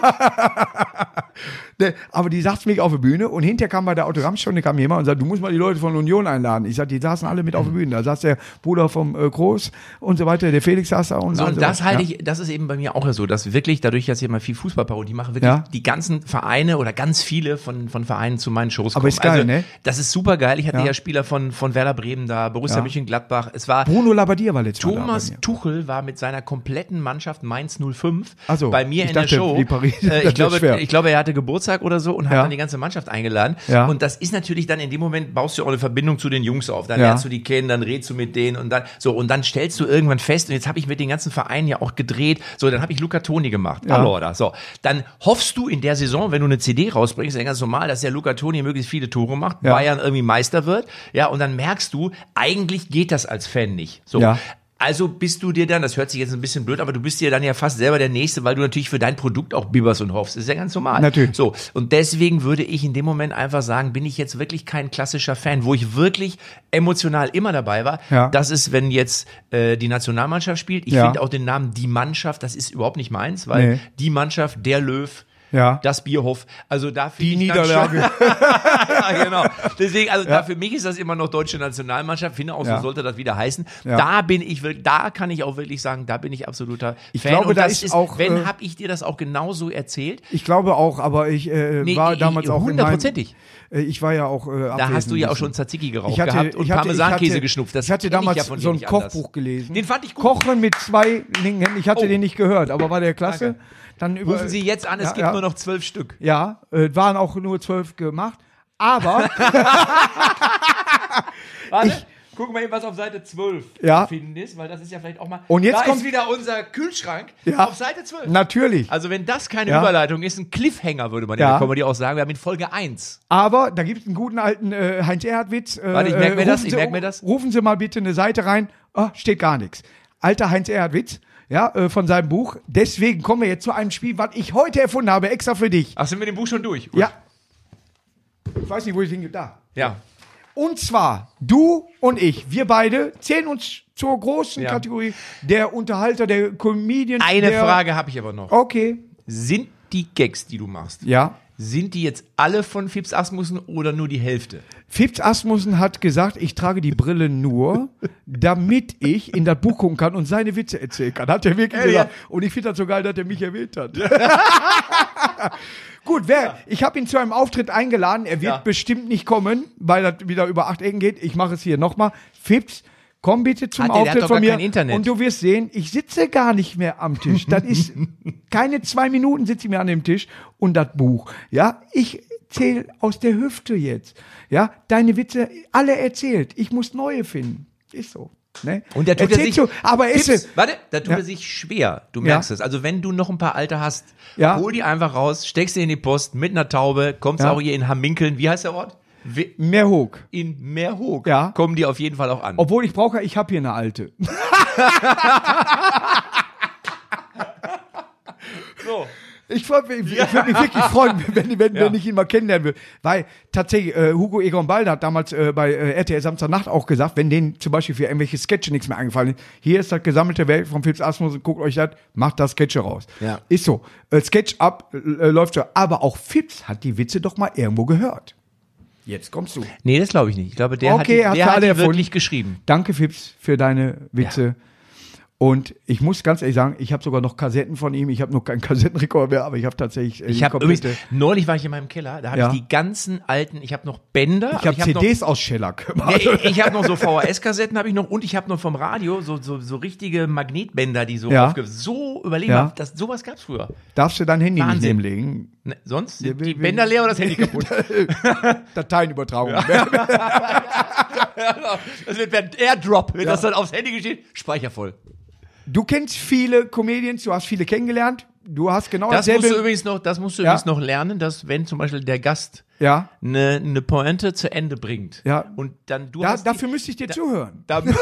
[SPEAKER 1] Ne, aber die saßen mich auf der Bühne und hinterher kam bei der Autogrammstunde kam jemand und sagte, du musst mal die Leute von Union einladen. Ich sagte, die saßen alle mit auf
[SPEAKER 2] Mhm.
[SPEAKER 1] der Bühne. Da saß der Bruder vom äh, Groß und so weiter, der Felix saß da und
[SPEAKER 2] So,
[SPEAKER 1] so.
[SPEAKER 2] und das halte ich, das ist eben bei mir auch so, dass wirklich dadurch, dass ich immer viel Fußballparodie mache, wirklich
[SPEAKER 1] Ja.
[SPEAKER 2] die ganzen Vereine oder ganz viele von, von Vereinen zu meinen Shows
[SPEAKER 1] Aber
[SPEAKER 2] kommen.
[SPEAKER 1] ist geil,
[SPEAKER 2] also,
[SPEAKER 1] ne?
[SPEAKER 2] Das ist super geil. Ich hatte
[SPEAKER 1] Ja.
[SPEAKER 2] ja, Spieler von, von Werder Bremen da, Borussia
[SPEAKER 1] Ja.
[SPEAKER 2] Mönchengladbach. Es war
[SPEAKER 1] Bruno Labbadia war letztes Mal da bei
[SPEAKER 2] Thomas
[SPEAKER 1] mir.
[SPEAKER 2] Tuchel war mit seiner kompletten Mannschaft Mainz 05
[SPEAKER 1] Ach so,
[SPEAKER 2] bei mir
[SPEAKER 1] ich
[SPEAKER 2] in
[SPEAKER 1] dachte,
[SPEAKER 2] der Show.
[SPEAKER 1] die Paris- das
[SPEAKER 2] äh,
[SPEAKER 1] wird
[SPEAKER 2] ich, glaube,
[SPEAKER 1] schwer.
[SPEAKER 2] ich glaube, er hatte Geburtstag oder so und hat
[SPEAKER 1] Ja.
[SPEAKER 2] dann die ganze Mannschaft eingeladen.
[SPEAKER 1] Ja.
[SPEAKER 2] Und das ist natürlich dann in dem Moment, baust du auch eine Verbindung zu den Jungs auf. Dann
[SPEAKER 1] Ja.
[SPEAKER 2] lernst du die kennen, dann redest du mit denen und dann so und dann stellst du irgendwann fest, und jetzt habe ich mit den ganzen Vereinen ja auch gedreht. So, dann habe ich Luca Toni gemacht.
[SPEAKER 1] Ja.
[SPEAKER 2] Hallo, oder so. Dann hoffst du in der Saison, wenn du eine CD rausbringst, ist ja ganz normal, dass der Luca Toni möglichst viele Tore macht,
[SPEAKER 1] Ja.
[SPEAKER 2] Bayern irgendwie Meister wird. Ja, und dann merkst du, eigentlich geht das als Fan nicht. So.
[SPEAKER 1] Ja.
[SPEAKER 2] Also bist du dir dann, das hört sich jetzt ein bisschen blöd, aber du bist dir dann ja fast selber der Nächste, weil du natürlich für dein Produkt auch bibberst und hoffst. Das ist ja ganz normal.
[SPEAKER 1] Natürlich.
[SPEAKER 2] So, und deswegen würde ich in dem Moment einfach sagen, bin ich jetzt wirklich kein klassischer Fan, wo ich wirklich emotional immer dabei war.
[SPEAKER 1] Ja.
[SPEAKER 2] Das ist, wenn jetzt äh, die Nationalmannschaft spielt. Ich
[SPEAKER 1] Ja.
[SPEAKER 2] finde auch den Namen Die Mannschaft, das ist überhaupt nicht meins, weil
[SPEAKER 1] Nee.
[SPEAKER 2] die Mannschaft, der Löw,
[SPEAKER 1] Ja.
[SPEAKER 2] das Bierhof, also da finde
[SPEAKER 1] Die
[SPEAKER 2] ich dann schon-
[SPEAKER 1] Niederlage.
[SPEAKER 2] ja, genau. Deswegen, also da für mich ist das immer noch deutsche Nationalmannschaft. Finde auch, so
[SPEAKER 1] Ja.
[SPEAKER 2] sollte das wieder heißen.
[SPEAKER 1] Ja.
[SPEAKER 2] Da bin ich wirklich, da kann ich auch wirklich sagen, da bin ich absoluter
[SPEAKER 1] Ich
[SPEAKER 2] Fan.
[SPEAKER 1] glaube,
[SPEAKER 2] Und
[SPEAKER 1] da
[SPEAKER 2] das
[SPEAKER 1] ist auch,
[SPEAKER 2] Wenn,
[SPEAKER 1] äh,
[SPEAKER 2] habe ich dir das auch genauso erzählt?
[SPEAKER 1] Ich glaube auch, aber ich äh,
[SPEAKER 2] Nee,
[SPEAKER 1] war
[SPEAKER 2] ich-
[SPEAKER 1] damals auch in meinem-
[SPEAKER 2] hundertprozentig.
[SPEAKER 1] Äh, ich war ja auch. Äh,
[SPEAKER 2] Da
[SPEAKER 1] abwesend
[SPEAKER 2] hast du ja auch
[SPEAKER 1] gewesen.
[SPEAKER 2] schon Tzatziki geraucht
[SPEAKER 1] Ich hatte,
[SPEAKER 2] gehabt und
[SPEAKER 1] ich hatte, ich
[SPEAKER 2] Parmesankäse
[SPEAKER 1] hatte,
[SPEAKER 2] geschnupft. Das
[SPEAKER 1] ich hatte
[SPEAKER 2] kenn
[SPEAKER 1] damals
[SPEAKER 2] ja von dir
[SPEAKER 1] so ein
[SPEAKER 2] nicht anders.
[SPEAKER 1] Kochbuch gelesen.
[SPEAKER 2] Den fand ich gut.
[SPEAKER 1] Kochen mit zwei linken Händen. Ich hatte
[SPEAKER 2] Oh.
[SPEAKER 1] den nicht gehört, aber war der klasse.
[SPEAKER 2] Danke.
[SPEAKER 1] Dann über,
[SPEAKER 2] Rufen Sie jetzt an, es
[SPEAKER 1] Ja,
[SPEAKER 2] gibt
[SPEAKER 1] ja.
[SPEAKER 2] nur noch zwölf Stück.
[SPEAKER 1] Ja, äh, waren auch nur zwölf gemacht. Aber
[SPEAKER 2] Warte. Gucken wir eben, was auf Seite 12
[SPEAKER 1] Ja.
[SPEAKER 2] zu finden ist, weil das ist ja vielleicht auch mal.
[SPEAKER 1] Und jetzt
[SPEAKER 2] da
[SPEAKER 1] kommt-
[SPEAKER 2] ist wieder unser Kühlschrank
[SPEAKER 1] Ja.
[SPEAKER 2] auf Seite 12.
[SPEAKER 1] natürlich.
[SPEAKER 2] Also, wenn das keine
[SPEAKER 1] Ja.
[SPEAKER 2] Überleitung ist, ein Cliffhanger, würde man in
[SPEAKER 1] Ja.
[SPEAKER 2] der Comedy auch sagen. Wir haben in Folge 1
[SPEAKER 1] Aber da gibt es einen guten alten äh, Heinz Erhard-Witz. Äh,
[SPEAKER 2] Warte, ich merk mir
[SPEAKER 1] äh,
[SPEAKER 2] das,
[SPEAKER 1] rufen
[SPEAKER 2] ich
[SPEAKER 1] Sie-
[SPEAKER 2] merk mir das.
[SPEAKER 1] Rufen Sie mal bitte eine Seite rein. Ah, steht gar nichts. Alter Heinz Erhard-Witz. Ja, äh, von seinem Buch. Deswegen kommen wir jetzt zu einem Spiel, was ich heute erfunden habe, extra für dich.
[SPEAKER 2] Ach, sind wir mit dem Buch schon durch? Gut.
[SPEAKER 1] Ja. Ich weiß nicht, wo ich hingehe. Da.
[SPEAKER 2] Ja.
[SPEAKER 1] Und zwar, du und ich, wir beide zählen uns zur großen
[SPEAKER 2] Ja.
[SPEAKER 1] Kategorie der Unterhalter, der Comedians.
[SPEAKER 2] Eine
[SPEAKER 1] der,
[SPEAKER 2] Frage habe ich aber noch.
[SPEAKER 1] Okay.
[SPEAKER 2] Sind die Gags, die du machst,
[SPEAKER 1] Ja.
[SPEAKER 2] sind die jetzt alle von Fips Asmussen oder nur die Hälfte?
[SPEAKER 1] Fips Asmussen hat gesagt, ich trage die Brille nur, damit ich in das Buch gucken kann und seine Witze erzählen kann. Hat er wirklich
[SPEAKER 2] Ja, ja.
[SPEAKER 1] gesagt. Und ich finde das so geil, dass er mich erwähnt hat. Gut, wer, ich habe ihn zu einem Auftritt eingeladen. Er wird
[SPEAKER 2] Ja.
[SPEAKER 1] bestimmt nicht kommen, weil das wieder über acht Ecken geht. Ich mache es hier nochmal. Fips, komm bitte zum
[SPEAKER 2] Hat der- der hat
[SPEAKER 1] Auftritt
[SPEAKER 2] doch
[SPEAKER 1] von
[SPEAKER 2] gar
[SPEAKER 1] mir.
[SPEAKER 2] kein Internet.
[SPEAKER 1] Und du wirst sehen, ich sitze gar nicht mehr am Tisch. Das ist keine zwei Minuten sitze ich mir an dem Tisch und das Buch. Ja, ich zähle aus der Hüfte jetzt. Ja, deine Witze alle erzählt. Ich muss neue finden. Ist so. Ne?
[SPEAKER 2] Und da tut er sich-
[SPEAKER 1] Erzählst du, aber ist
[SPEAKER 2] Fips,
[SPEAKER 1] es.
[SPEAKER 2] warte, da tut
[SPEAKER 1] Ja.
[SPEAKER 2] er sich schwer. Du
[SPEAKER 1] Ja.
[SPEAKER 2] merkst es. Also wenn du noch ein paar alte hast,
[SPEAKER 1] Ja.
[SPEAKER 2] hol die einfach raus, steckst sie in die Post mit einer Taube, kommst
[SPEAKER 1] Ja.
[SPEAKER 2] auch hier in Hamminkeln. Wie heißt der Ort? We
[SPEAKER 1] Mehr hoch.
[SPEAKER 2] in Meerhoog
[SPEAKER 1] Ja.
[SPEAKER 2] kommen die auf jeden Fall auch an.
[SPEAKER 1] Obwohl ich brauche, ich habe hier eine alte.
[SPEAKER 2] so.
[SPEAKER 1] Ich, freu mich- ich würde mich wirklich freuen, wenn, wenn, wenn ich ihn mal kennenlernen würde. Weil tatsächlich, äh, Hugo Egon Balder hat damals äh, bei äh, RTL Samstagnacht auch gesagt, wenn denen zum Beispiel für irgendwelche Sketche nichts mehr eingefallen ist, hier ist das gesammelte Werk von Philips Asmussen, guckt euch das, macht da Sketche raus.
[SPEAKER 2] Ja.
[SPEAKER 1] Ist so. Äh, Sketch ab, äh, äh, läuft schon. Aber auch Philips hat die Witze doch mal irgendwo gehört. Jetzt kommst du.
[SPEAKER 2] Nee, das glaube ich nicht. Ich glaube, der
[SPEAKER 1] Okay,
[SPEAKER 2] hat
[SPEAKER 1] hat's
[SPEAKER 2] die, der hat
[SPEAKER 1] alle
[SPEAKER 2] die
[SPEAKER 1] erfunden.
[SPEAKER 2] wirklich geschrieben.
[SPEAKER 1] Danke, Fips, für deine Witze. Und ich muss ganz ehrlich sagen, ich habe sogar noch Kassetten von ihm. Ich habe noch keinen Kassettenrekord mehr, aber ich habe tatsächlich äh, die
[SPEAKER 2] Ich habe übrigens,
[SPEAKER 1] komplette-
[SPEAKER 2] neulich war ich in meinem Keller, da habe
[SPEAKER 1] Ja.
[SPEAKER 2] ich die ganzen alten, ich habe noch Bänder,
[SPEAKER 1] Ich habe
[SPEAKER 2] aber noch-
[SPEAKER 1] CDs aus Schellack gemacht.
[SPEAKER 2] Nee, ich habe noch so VHS-Kassetten habe ich noch und ich habe noch vom Radio so, so, so richtige Magnetbänder, die so
[SPEAKER 1] Ja.
[SPEAKER 2] aufge so überlegen.
[SPEAKER 1] Ja.
[SPEAKER 2] Ja. Das, sowas gab's früher.
[SPEAKER 1] Darfst du dein Handy nicht
[SPEAKER 2] Wahnsinn.
[SPEAKER 1] nebenlegen?
[SPEAKER 2] Ne, sonst
[SPEAKER 1] Ja,
[SPEAKER 2] sind
[SPEAKER 1] wir-
[SPEAKER 2] die
[SPEAKER 1] wir-
[SPEAKER 2] Bänder leer oder das Handy kaputt.
[SPEAKER 1] Dateienübertragung.
[SPEAKER 2] Das wird per Airdrop, wenn das dann aufs Handy geschieht, Speicher voll.
[SPEAKER 1] Oh, Du kennst viele Comedians, du hast viele kennengelernt. Du hast genau
[SPEAKER 2] Das musst du
[SPEAKER 1] dasselbe.
[SPEAKER 2] übrigens noch, das musst du
[SPEAKER 1] Ja.
[SPEAKER 2] übrigens noch lernen, dass wenn zum Beispiel der Gast
[SPEAKER 1] Ja,
[SPEAKER 2] eine, eine Pointe zu Ende bringt
[SPEAKER 1] Ja.
[SPEAKER 2] und dann du
[SPEAKER 1] da,
[SPEAKER 2] hast die-
[SPEAKER 1] dafür müsste ich dir zuhören.
[SPEAKER 2] da, dass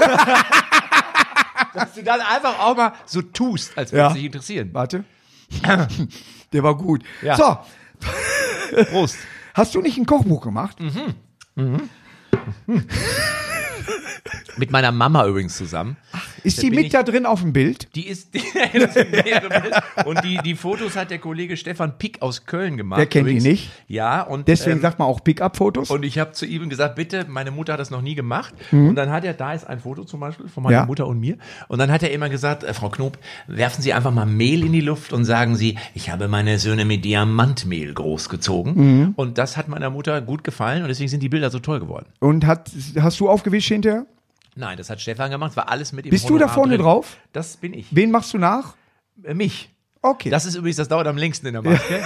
[SPEAKER 2] du dann einfach auch mal so tust, als würde
[SPEAKER 1] Ja.
[SPEAKER 2] es dich interessieren.
[SPEAKER 1] Warte. Der war gut.
[SPEAKER 2] Ja.
[SPEAKER 1] So,
[SPEAKER 2] Prost. Hm.
[SPEAKER 1] hast du nicht ein Kochbuch gemacht?
[SPEAKER 2] Mit meiner Mama übrigens zusammen.
[SPEAKER 1] Ist die
[SPEAKER 2] bin
[SPEAKER 1] mit
[SPEAKER 2] ich-
[SPEAKER 1] da drin auf dem Bild?
[SPEAKER 2] Die ist. das sind mehrere Bilder. und die, die Fotos hat der Kollege Stefan Pick aus Köln gemacht.
[SPEAKER 1] Der kennt die nicht.
[SPEAKER 2] Ja, und
[SPEAKER 1] Deswegen
[SPEAKER 2] ähm,
[SPEAKER 1] sagt man auch Pick-up-Fotos.
[SPEAKER 2] Und ich habe zu ihm gesagt, bitte, meine Mutter hat das noch nie gemacht. Und dann hat er, da ist ein Foto zum Beispiel von meiner
[SPEAKER 1] Mhm. Ja.
[SPEAKER 2] Mutter und mir. Und dann hat er immer gesagt, äh, Frau Knob, werfen Sie einfach mal Mehl in die Luft und sagen Sie, ich habe meine Söhne mit Diamantmehl großgezogen.
[SPEAKER 1] Mhm.
[SPEAKER 2] Und das hat meiner Mutter gut gefallen und deswegen sind die Bilder so toll geworden.
[SPEAKER 1] Und hat, hast du aufgewischt hinterher?
[SPEAKER 2] Nein, das hat Stefan gemacht, es war alles mit ihm.
[SPEAKER 1] Bist du da vorne drauf?
[SPEAKER 2] Das bin ich.
[SPEAKER 1] Wen machst du nach?
[SPEAKER 2] Äh, mich.
[SPEAKER 1] Okay.
[SPEAKER 2] Das ist übrigens, das dauert am längsten in der Maske.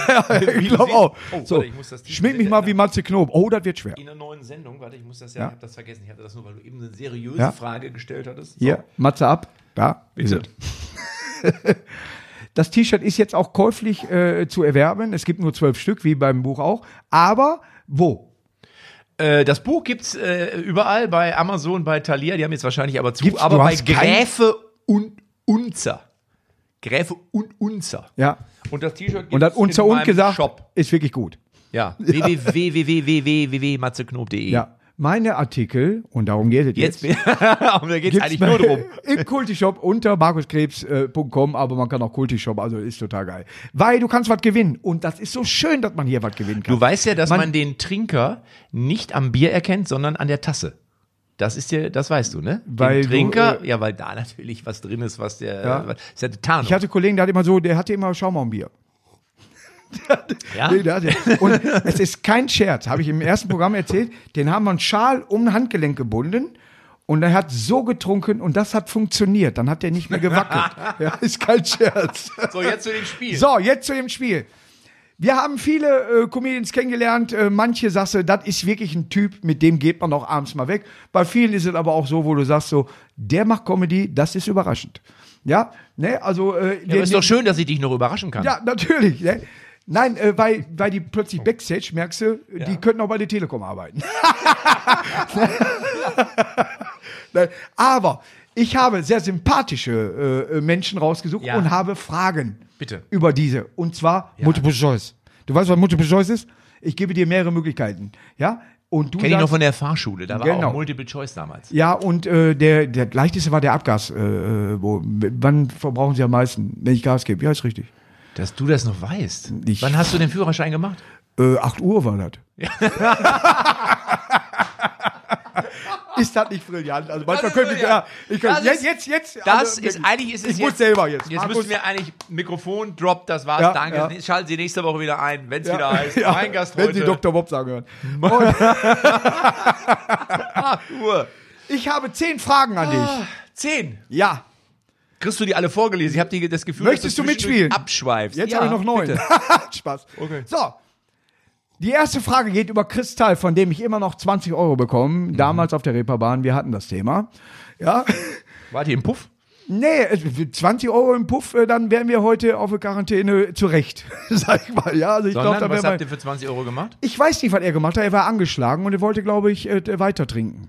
[SPEAKER 1] ich glaube auch.
[SPEAKER 2] Oh,
[SPEAKER 1] so,
[SPEAKER 2] warte, ich muss das T-Shirt
[SPEAKER 1] schmink mich mal wie
[SPEAKER 2] ändern.
[SPEAKER 1] Matze Knob. Oh, das wird schwer.
[SPEAKER 2] In der neuen Sendung, warte, ich muss das ja,
[SPEAKER 1] Ja.
[SPEAKER 2] ich habe das vergessen, ich hatte das nur, weil du eben eine seriöse
[SPEAKER 1] Ja.
[SPEAKER 2] Frage gestellt hattest. So.
[SPEAKER 1] Hier, Matze ab. Da ist es. Das T-Shirt ist jetzt auch käuflich äh, zu erwerben. Es gibt nur zwölf Stück, wie beim Buch auch. Aber wo?
[SPEAKER 2] Äh, das Buch gibt's äh, überall bei Amazon, bei Thalia, die haben jetzt wahrscheinlich aber zu,
[SPEAKER 1] Gibt's-
[SPEAKER 2] aber
[SPEAKER 1] du
[SPEAKER 2] bei
[SPEAKER 1] hast kein-
[SPEAKER 2] Gräfe und Unzer. Gräfe und Unzer.
[SPEAKER 1] Ja.
[SPEAKER 2] Und das T-Shirt
[SPEAKER 1] Und
[SPEAKER 2] gibt's
[SPEAKER 1] hat unter
[SPEAKER 2] in
[SPEAKER 1] und
[SPEAKER 2] meinem
[SPEAKER 1] gesagt,
[SPEAKER 2] Shop.
[SPEAKER 1] ist wirklich gut.
[SPEAKER 2] Ja. www.matzeknob.de.
[SPEAKER 1] Ja. Meine Artikel, und darum geht es
[SPEAKER 2] Jetzt
[SPEAKER 1] jetzt,
[SPEAKER 2] und da geht's eigentlich nur drum.
[SPEAKER 1] im Kultishop unter markuskrebs.com, aber man kann auch Kultishop, also ist total geil. Weil du kannst was gewinnen. Und das ist so schön, dass man hier was gewinnen kann.
[SPEAKER 2] Du weißt ja, dass
[SPEAKER 1] Man-
[SPEAKER 2] man, den Trinker nicht am Bier erkennt, sondern an der Tasse. Das ist dir, das weißt du, ne?
[SPEAKER 1] Weil du, äh,
[SPEAKER 2] den Trinker, ja, weil da natürlich was drin ist, was der,
[SPEAKER 1] Ja.
[SPEAKER 2] was, ist ja eine Tarnung.
[SPEAKER 1] Ich hatte einen Kollegen, der hat immer so, der hatte immer Schau mal ein Bier.
[SPEAKER 2] ja?
[SPEAKER 1] Nee, der hatte. Und es ist kein Scherz, habe ich im ersten Programm erzählt. Den haben wir einen Schal um ein Handgelenk gebunden und er hat so getrunken und das hat funktioniert. Dann hat der nicht mehr gewackelt. ja, ist kein Scherz.
[SPEAKER 2] So, jetzt zu dem Spiel.
[SPEAKER 1] So, jetzt zu dem Spiel. Wir haben viele äh, Comedians kennengelernt. Äh, manche sagst du, das ist wirklich ein Typ, mit dem geht man auch abends mal weg. Bei vielen ist es aber auch so, wo du sagst so, der macht Comedy, das ist überraschend. Ja, ne, also äh,
[SPEAKER 2] Ja, aber ist doch schön, dass ich dich noch überraschen kann.
[SPEAKER 1] Ja, natürlich. Ne? Nein, äh, weil, weil die plötzlich
[SPEAKER 2] Oh.
[SPEAKER 1] Backstage, merkst du, äh, die könnten auch bei der Telekom arbeiten. Nein, Ne? Aber ich habe sehr sympathische äh, äh, Menschen rausgesucht
[SPEAKER 2] Ja.
[SPEAKER 1] und habe Fragen
[SPEAKER 2] Bitte.
[SPEAKER 1] über diese. Und zwar Multiple Choice. Du weißt, was Multiple Choice ist? Ich gebe dir mehrere Möglichkeiten. Ja? Und du
[SPEAKER 2] Kenn ich noch
[SPEAKER 1] sagst-
[SPEAKER 2] von der Fahrschule, da war
[SPEAKER 1] Genau.
[SPEAKER 2] auch Multiple Choice damals.
[SPEAKER 1] ja, und äh, der, der leichteste war der Abgas. Äh, äh, wo, wann verbrauchen sie am meisten, wenn ich Gas gebe? Ja, ist richtig.
[SPEAKER 2] Dass du das noch weißt.
[SPEAKER 1] Ich-
[SPEAKER 2] Wann hast du den Führerschein gemacht?
[SPEAKER 1] Äh, 8 Uhr war das. ist das nicht brillant? Also manchmal
[SPEAKER 2] ist
[SPEAKER 1] könnte ich, ja,
[SPEAKER 2] brillant.
[SPEAKER 1] ich könnte, jetzt,
[SPEAKER 2] Das
[SPEAKER 1] jetzt, jetzt.
[SPEAKER 2] Das
[SPEAKER 1] also,
[SPEAKER 2] ist eigentlich ist es
[SPEAKER 1] Ich muss selber jetzt.
[SPEAKER 2] Jetzt
[SPEAKER 1] Markus-
[SPEAKER 2] müssen wir eigentlich Mikrofon drop, das war's.
[SPEAKER 1] Ja,
[SPEAKER 2] danke.
[SPEAKER 1] ja.
[SPEAKER 2] Schalten Sie nächste Woche wieder ein, wenn es wieder heißt.
[SPEAKER 1] ja,
[SPEAKER 2] Mein Gast
[SPEAKER 1] Wenn
[SPEAKER 2] heute.
[SPEAKER 1] Sie Dr. Bob sagen hören.
[SPEAKER 2] Ah, Uhr.
[SPEAKER 1] Ich habe zehn Fragen an
[SPEAKER 2] Ah.
[SPEAKER 1] dich.
[SPEAKER 2] Zehn.
[SPEAKER 1] Ja.
[SPEAKER 2] Kriegst du die alle vorgelesen? Ich habe dir das Gefühl,
[SPEAKER 1] Möchtest du
[SPEAKER 2] zwischendurch
[SPEAKER 1] mitspielen?
[SPEAKER 2] Abschweifst.
[SPEAKER 1] Jetzt habe ich noch neun.
[SPEAKER 2] bitte.
[SPEAKER 1] Spaß.
[SPEAKER 2] Okay.
[SPEAKER 1] So. Die erste Frage geht über Kristall, von dem ich immer noch 20 Euro bekomme.
[SPEAKER 2] Mhm.
[SPEAKER 1] Damals auf der Reeperbahn, wir hatten das Thema. Ja.
[SPEAKER 2] Warte, im Puff?
[SPEAKER 1] Nee, also für 20 Euro im Puff, äh, dann wären wir heute auf der Quarantäne zurecht. Sag ich mal, ja. Also ich glaube, da
[SPEAKER 2] Sondern, was
[SPEAKER 1] wäre
[SPEAKER 2] habt
[SPEAKER 1] man.
[SPEAKER 2] ihr für 20 Euro gemacht?
[SPEAKER 1] Ich weiß nicht, was er gemacht hat. Er war angeschlagen und er wollte, glaube ich, äh, weiter trinken.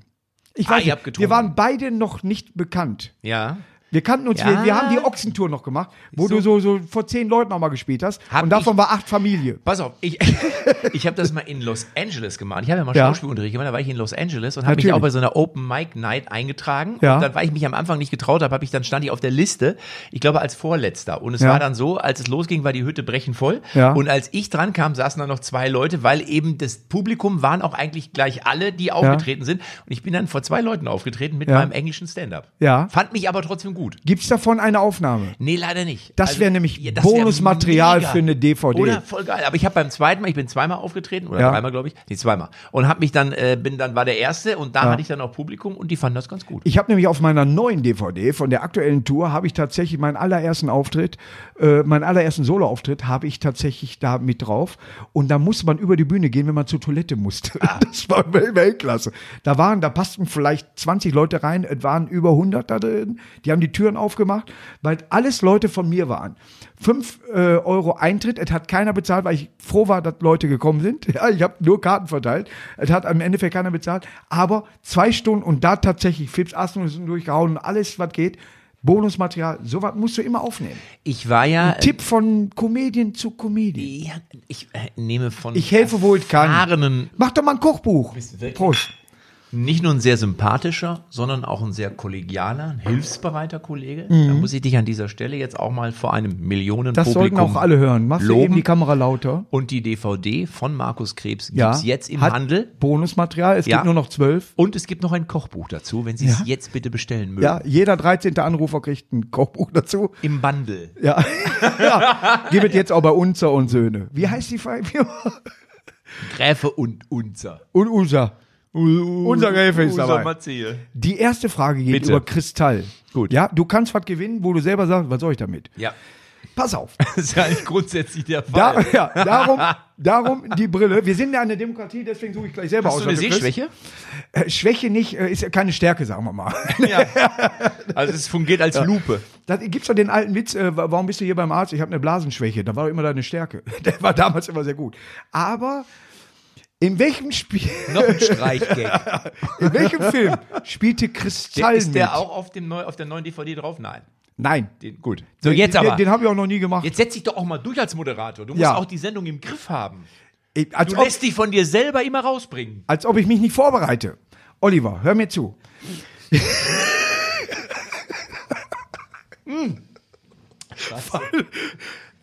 [SPEAKER 1] Ich
[SPEAKER 2] Ah,
[SPEAKER 1] weiß
[SPEAKER 2] ihr
[SPEAKER 1] nicht.
[SPEAKER 2] habt getrunken.
[SPEAKER 1] Wir waren beide noch nicht bekannt.
[SPEAKER 2] Ja.
[SPEAKER 1] Wir kannten uns, wir,
[SPEAKER 2] Ja.
[SPEAKER 1] wir haben die Ochsentour noch gemacht, wo
[SPEAKER 2] so.
[SPEAKER 1] du so, so vor zehn Leuten nochmal gespielt hast.
[SPEAKER 2] Hab
[SPEAKER 1] und davon war acht Familie.
[SPEAKER 2] Pass auf, ich, ich habe das mal in Los Angeles gemacht. Ich habe ja mal
[SPEAKER 1] Ja.
[SPEAKER 2] Schauspielunterricht gemacht, da war ich in Los Angeles und habe mich
[SPEAKER 1] Natürlich.
[SPEAKER 2] auch bei so einer Open Mic Night eingetragen.
[SPEAKER 1] Ja.
[SPEAKER 2] Und dann, weil ich mich am Anfang nicht getraut habe, habe ich dann stand ich auf der Liste, ich glaube als Vorletzter. Und es
[SPEAKER 1] Ja.
[SPEAKER 2] war dann so, als es losging, war die Hütte brechend voll.
[SPEAKER 1] Ja.
[SPEAKER 2] Und als ich dran kam, saßen dann noch zwei Leute, weil eben das Publikum waren auch eigentlich gleich alle, die aufgetreten sind. Und ich bin dann vor zwei Leuten aufgetreten mit
[SPEAKER 1] Ja.
[SPEAKER 2] meinem englischen Stand-up.
[SPEAKER 1] Ja.
[SPEAKER 2] Fand mich aber trotzdem gut.
[SPEAKER 1] Gibt's davon eine Aufnahme?
[SPEAKER 2] Nee, leider nicht. Also,
[SPEAKER 1] Das wäre nämlich
[SPEAKER 2] das wär
[SPEAKER 1] Bonusmaterial
[SPEAKER 2] mega.
[SPEAKER 1] für eine DVD.
[SPEAKER 2] Oder voll geil. Aber ich habe beim zweiten Mal, ich bin zweimal aufgetreten oder
[SPEAKER 1] Ja.
[SPEAKER 2] dreimal, glaube ich. Nee, zweimal. Und habe mich dann, äh, bin dann, war der Erste und da
[SPEAKER 1] Ja.
[SPEAKER 2] hatte ich dann auch Publikum und die fanden das ganz gut.
[SPEAKER 1] Ich habe nämlich auf meiner neuen DVD von der aktuellen Tour habe ich tatsächlich meinen allerersten Auftritt, äh, meinen allerersten Solo-Auftritt habe ich tatsächlich da mit drauf. Und da musste man über die Bühne gehen, wenn man zur Toilette musste. Das war Wel- Weltklasse. Da waren, da passten vielleicht 20 Leute rein, es waren über 100 da drin. Die haben die Türen aufgemacht, weil alles Leute von mir waren. 5 äh, Euro Eintritt, es hat keiner bezahlt, weil ich froh war, dass Leute gekommen sind. Ja, ich habe nur Karten verteilt. Es hat am Endeffekt keiner bezahlt. Aber zwei Stunden und da tatsächlich Fips Asmus durchgehauen, alles, was geht. Bonusmaterial, sowas musst du immer aufnehmen.
[SPEAKER 2] Ich war ja.
[SPEAKER 1] Tipp von Comedian zu Comedian.
[SPEAKER 2] ja ich äh, nehme von.
[SPEAKER 1] Ich helfe, wo ich kann.
[SPEAKER 2] erfahrenen-
[SPEAKER 1] Mach doch mal ein Kochbuch.
[SPEAKER 2] Bist du wirklich-
[SPEAKER 1] Prost.
[SPEAKER 2] nicht nur ein sehr sympathischer, sondern auch ein sehr kollegialer, ein hilfsbereiter Kollege. Da muss ich dich an dieser Stelle jetzt auch mal vor einem
[SPEAKER 1] Mhm. Das sollten
[SPEAKER 2] Millionenpublikum
[SPEAKER 1] auch alle hören. Machst du eben
[SPEAKER 2] loben.
[SPEAKER 1] die Kamera lauter?
[SPEAKER 2] Und die DVD von Markus Krebs gibt's
[SPEAKER 1] Ja.
[SPEAKER 2] jetzt im
[SPEAKER 1] Hat
[SPEAKER 2] Handel.
[SPEAKER 1] Bonusmaterial. Es
[SPEAKER 2] Ja.
[SPEAKER 1] gibt nur noch zwölf.
[SPEAKER 2] Und es gibt noch ein Kochbuch dazu, wenn Sie es
[SPEAKER 1] Ja.
[SPEAKER 2] jetzt bitte bestellen mögen.
[SPEAKER 1] Ja, jeder 13. Anrufer kriegt ein Kochbuch dazu.
[SPEAKER 2] Im Bundle.
[SPEAKER 1] Ja. ja. Gibt es jetzt auch bei Unser und Söhne.
[SPEAKER 2] Mhm.
[SPEAKER 1] Wie heißt die Firma?
[SPEAKER 2] Gräfe und Unser.
[SPEAKER 1] Und Unser. Unser Gräfe ist dabei.
[SPEAKER 2] Matze.
[SPEAKER 1] Die erste Frage geht
[SPEAKER 2] Bitte.
[SPEAKER 1] über Kristall.
[SPEAKER 2] Gut.
[SPEAKER 1] Ja, du kannst was gewinnen, wo du selber sagst, was soll ich damit?
[SPEAKER 2] Ja,
[SPEAKER 1] Pass auf.
[SPEAKER 2] das ist ja eigentlich grundsätzlich der
[SPEAKER 1] Da,
[SPEAKER 2] Fall.
[SPEAKER 1] ja, darum, darum die Brille. Wir sind ja eine Demokratie, deswegen suche ich gleich selber
[SPEAKER 2] Hast
[SPEAKER 1] aus.
[SPEAKER 2] du eine
[SPEAKER 1] was du kriegst.
[SPEAKER 2] Sehschwäche?
[SPEAKER 1] Äh, Schwäche nicht, äh, ist ja keine Stärke, sagen wir mal.
[SPEAKER 2] Also es fungiert als Lupe.
[SPEAKER 1] Da gibt's doch den alten Witz, äh, wa- warum bist du hier beim Arzt? Ich habe eine Blasenschwäche. Da war immer deine Stärke. Der war damals immer sehr gut. Aber in welchem Spiel,
[SPEAKER 2] Noch ein Streichgag.
[SPEAKER 1] in welchem Film spielte Kristall
[SPEAKER 2] ist der
[SPEAKER 1] mit?
[SPEAKER 2] auch auf, dem neu, auf der neuen DVD drauf? Nein.
[SPEAKER 1] Nein.
[SPEAKER 2] Den, gut. So,
[SPEAKER 1] Den-
[SPEAKER 2] jetzt
[SPEAKER 1] den,
[SPEAKER 2] aber.
[SPEAKER 1] Den habe ich auch noch nie gemacht.
[SPEAKER 2] Jetzt setz dich doch auch mal durch als Moderator. Du musst
[SPEAKER 1] Ja.
[SPEAKER 2] auch die Sendung im Griff haben.
[SPEAKER 1] Ich- als,
[SPEAKER 2] Du
[SPEAKER 1] ob,
[SPEAKER 2] lässt dich von dir selber immer rausbringen.
[SPEAKER 1] als ob ich mich nicht vorbereite. Oliver, hör mir zu.
[SPEAKER 2] Hm.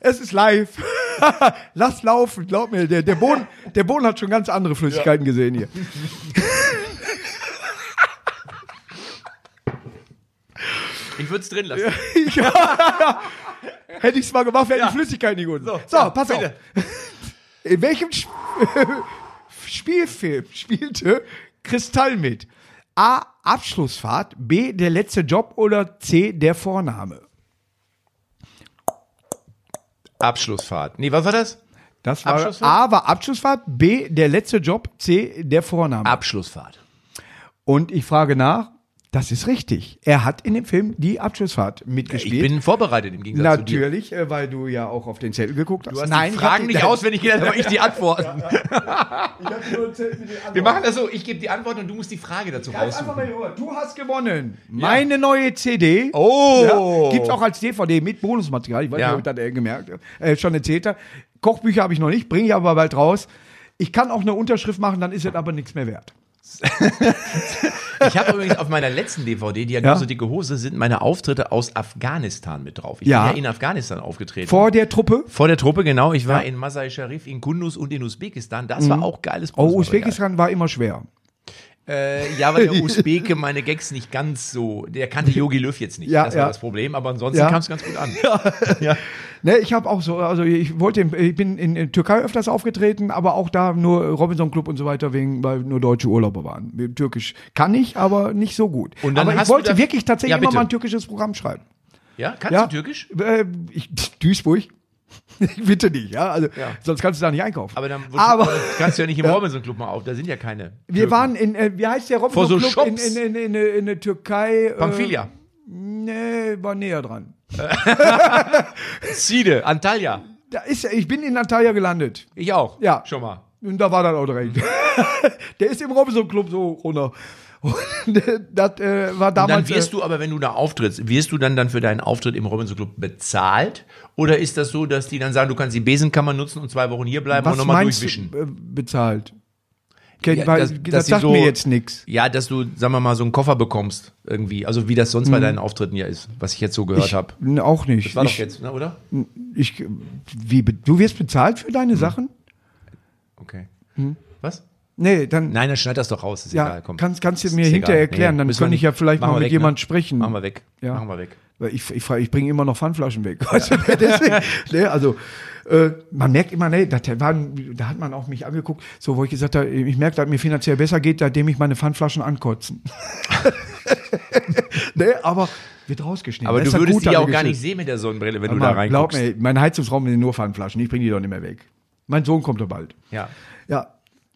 [SPEAKER 1] Es ist live. Lass laufen, glaub mir. Der, der, Boden, der Boden hat schon ganz andere Flüssigkeiten gesehen hier.
[SPEAKER 2] Ich würde es drin lassen.
[SPEAKER 1] Hätte ich es mal gemacht, wäre die Flüssigkeit nicht unten. So,
[SPEAKER 2] ja,
[SPEAKER 1] pass
[SPEAKER 2] bitte.
[SPEAKER 1] auf. In welchem Sp Spielfilm spielte Kristall mit? A. Abschlussfahrt, B. Der letzte Job oder C. Der Vorname?
[SPEAKER 2] Abschlussfahrt. Nee, was war das?
[SPEAKER 1] Das war
[SPEAKER 2] Abschlussfahrt?
[SPEAKER 1] A war Abschlussfahrt, B der letzte Job, C der Vorname.
[SPEAKER 2] Abschlussfahrt.
[SPEAKER 1] Und ich frage nach, das ist richtig. Er hat in dem Film die Abschlussfahrt
[SPEAKER 2] Ich
[SPEAKER 1] mitgespielt.
[SPEAKER 2] bin vorbereitet im Gegensatz zu dir.
[SPEAKER 1] Natürlich, äh, weil du ja auch auf den Zettel geguckt hast.
[SPEAKER 2] Du hast die
[SPEAKER 1] ich hab
[SPEAKER 2] Fragen nicht
[SPEAKER 1] nein,
[SPEAKER 2] auswendig gelernt, aber ich die Antworten.
[SPEAKER 1] ich hab nur einen Zettel mit den
[SPEAKER 2] Wir
[SPEAKER 1] Antworten.
[SPEAKER 2] machen das so, ich gebe die Antwort und du musst die Frage dazu
[SPEAKER 1] Halt einfach
[SPEAKER 2] raussuchen.
[SPEAKER 1] mal die Ohren. Du hast gewonnen. Meine neue CD.
[SPEAKER 2] Oh.
[SPEAKER 1] Ja, gibt's auch als DVD mit Bonusmaterial. Ich weiß
[SPEAKER 2] Ja.
[SPEAKER 1] nicht, ob ich das äh, gemerkt habe. Äh, schon erzählt habe. Kochbücher habe ich noch nicht, bringe ich aber bald raus. Ich kann auch eine Unterschrift machen, dann ist es aber nichts mehr wert.
[SPEAKER 2] Ich habe übrigens auf meiner letzten DVD, die ja,
[SPEAKER 1] Ja.
[SPEAKER 2] nur so dicke Hose sind, meine Auftritte aus Afghanistan mit drauf. Ich
[SPEAKER 1] Ja.
[SPEAKER 2] bin ja in Afghanistan aufgetreten.
[SPEAKER 1] Vor der Truppe
[SPEAKER 2] Vor der Truppe, genau. Ich war in Masai Sharif, in Kunduz und in Usbekistan. Das war auch geiles
[SPEAKER 1] Oh,
[SPEAKER 2] Bonusmaterial.
[SPEAKER 1] Usbekistan war immer schwer.
[SPEAKER 2] Äh, ja, weil der Usbeke meine Gags nicht ganz so. Der kannte Yogi Löw jetzt nicht.
[SPEAKER 1] Ja,
[SPEAKER 2] das war
[SPEAKER 1] ja.
[SPEAKER 2] das Problem. Aber ansonsten
[SPEAKER 1] Ja.
[SPEAKER 2] kam es ganz gut an.
[SPEAKER 1] Ne, ich habe auch so, also ich wollte, im- ich bin in, in Türkei öfters aufgetreten, aber auch da nur Robinson Club und so weiter wegen, weil nur deutsche Urlauber waren. Türkisch kann ich, aber nicht so gut.
[SPEAKER 2] Und dann
[SPEAKER 1] aber ich
[SPEAKER 2] hast du
[SPEAKER 1] wollte
[SPEAKER 2] da-
[SPEAKER 1] wirklich tatsächlich
[SPEAKER 2] Ja,
[SPEAKER 1] immer
[SPEAKER 2] bitte.
[SPEAKER 1] mal ein türkisches Programm schreiben.
[SPEAKER 2] Ja, kannst
[SPEAKER 1] Ja.
[SPEAKER 2] du Türkisch?
[SPEAKER 1] Äh, ich, Duisburg. Ich bitte nicht, ja. Also
[SPEAKER 2] Ja.
[SPEAKER 1] sonst kannst du da nicht einkaufen.
[SPEAKER 2] Aber dann
[SPEAKER 1] Aber-
[SPEAKER 2] kannst du ja nicht im Robinson Club mal auf. Da sind ja keine.
[SPEAKER 1] wir waren in, äh, wie heißt der Robinson
[SPEAKER 2] Vor so
[SPEAKER 1] Club in,
[SPEAKER 2] Shops.
[SPEAKER 1] in, in, in, in der Türkei? Äh,
[SPEAKER 2] Pamphilia,
[SPEAKER 1] Nee, war näher dran.
[SPEAKER 2] Side, Antalya.
[SPEAKER 1] Da ist, ich bin in Antalya gelandet.
[SPEAKER 2] Ich auch.
[SPEAKER 1] Ja.
[SPEAKER 2] Schon mal.
[SPEAKER 1] Und da war dann auch direkt.
[SPEAKER 2] Mhm.
[SPEAKER 1] der ist im Robinson Club so runter. Und äh, das äh, war
[SPEAKER 2] Und dann
[SPEAKER 1] damals.
[SPEAKER 2] wirst du aber, wenn du da auftrittst, wirst du dann, dann für deinen Auftritt im Robinson Club bezahlt? Oder ist das so, dass die dann sagen, du kannst die Besenkammer nutzen und zwei Wochen hier bleiben
[SPEAKER 1] was
[SPEAKER 2] und nochmal
[SPEAKER 1] meinst
[SPEAKER 2] durchwischen?
[SPEAKER 1] du äh, bezahlt? Ken,
[SPEAKER 2] Ja,
[SPEAKER 1] weil,
[SPEAKER 2] dass-
[SPEAKER 1] das,
[SPEAKER 2] dass sie
[SPEAKER 1] sagt
[SPEAKER 2] so-
[SPEAKER 1] mir jetzt nichts.
[SPEAKER 2] Ja, dass du, sagen wir mal, so einen Koffer bekommst irgendwie. Also wie das sonst bei deinen Auftritten ja ist, was ich jetzt so gehört habe.
[SPEAKER 1] Auch nicht.
[SPEAKER 2] War doch
[SPEAKER 1] Hm. Ich,
[SPEAKER 2] jetzt, ne, oder?
[SPEAKER 1] ich, wie, be- du wirst bezahlt für
[SPEAKER 2] Mhm.
[SPEAKER 1] deine Sachen?
[SPEAKER 2] Okay.
[SPEAKER 1] Hm.
[SPEAKER 2] Was?
[SPEAKER 1] Nee, dann
[SPEAKER 2] Nein, dann schneid das doch raus. Ist
[SPEAKER 1] Ja,
[SPEAKER 2] egal. Komm.
[SPEAKER 1] kannst- kannst du
[SPEAKER 2] Ist
[SPEAKER 1] mir
[SPEAKER 2] egal.
[SPEAKER 1] hinterher erklären, dann
[SPEAKER 2] müssen wir
[SPEAKER 1] kann ich
[SPEAKER 2] nicht.
[SPEAKER 1] ja vielleicht
[SPEAKER 2] Machen
[SPEAKER 1] mal
[SPEAKER 2] wir
[SPEAKER 1] mit
[SPEAKER 2] weg, ne?
[SPEAKER 1] jemandem sprechen.
[SPEAKER 2] Machen wir weg.
[SPEAKER 1] Ja.
[SPEAKER 2] Machen wir weg.
[SPEAKER 1] Weil ich, ich, frage- ich bringe immer noch Pfandflaschen weg. Weißt du, deswegen, ne, also, äh, man merkt immer, ne, das war, ein- da hat man auch mich angeguckt, so wo ich gesagt habe, ich merke, dass mir finanziell besser geht, seitdem ich meine Pfandflaschen ankotzen. ne, aber wird rausgeschnitten.
[SPEAKER 2] Aber
[SPEAKER 1] Das
[SPEAKER 2] du
[SPEAKER 1] ist das
[SPEAKER 2] würdest
[SPEAKER 1] Gute
[SPEAKER 2] die ja
[SPEAKER 1] an
[SPEAKER 2] auch
[SPEAKER 1] der
[SPEAKER 2] gar nicht
[SPEAKER 1] Geschichte.
[SPEAKER 2] sehen mit der Sonnenbrille, wenn du da
[SPEAKER 1] Mann, Glaub
[SPEAKER 2] reinguckst.
[SPEAKER 1] mir, mein Heizungsraum sind nur Pfandflaschen, ich bringe die doch nicht mehr weg. Mein Sohn kommt doch bald.
[SPEAKER 2] Ja.
[SPEAKER 1] Ja.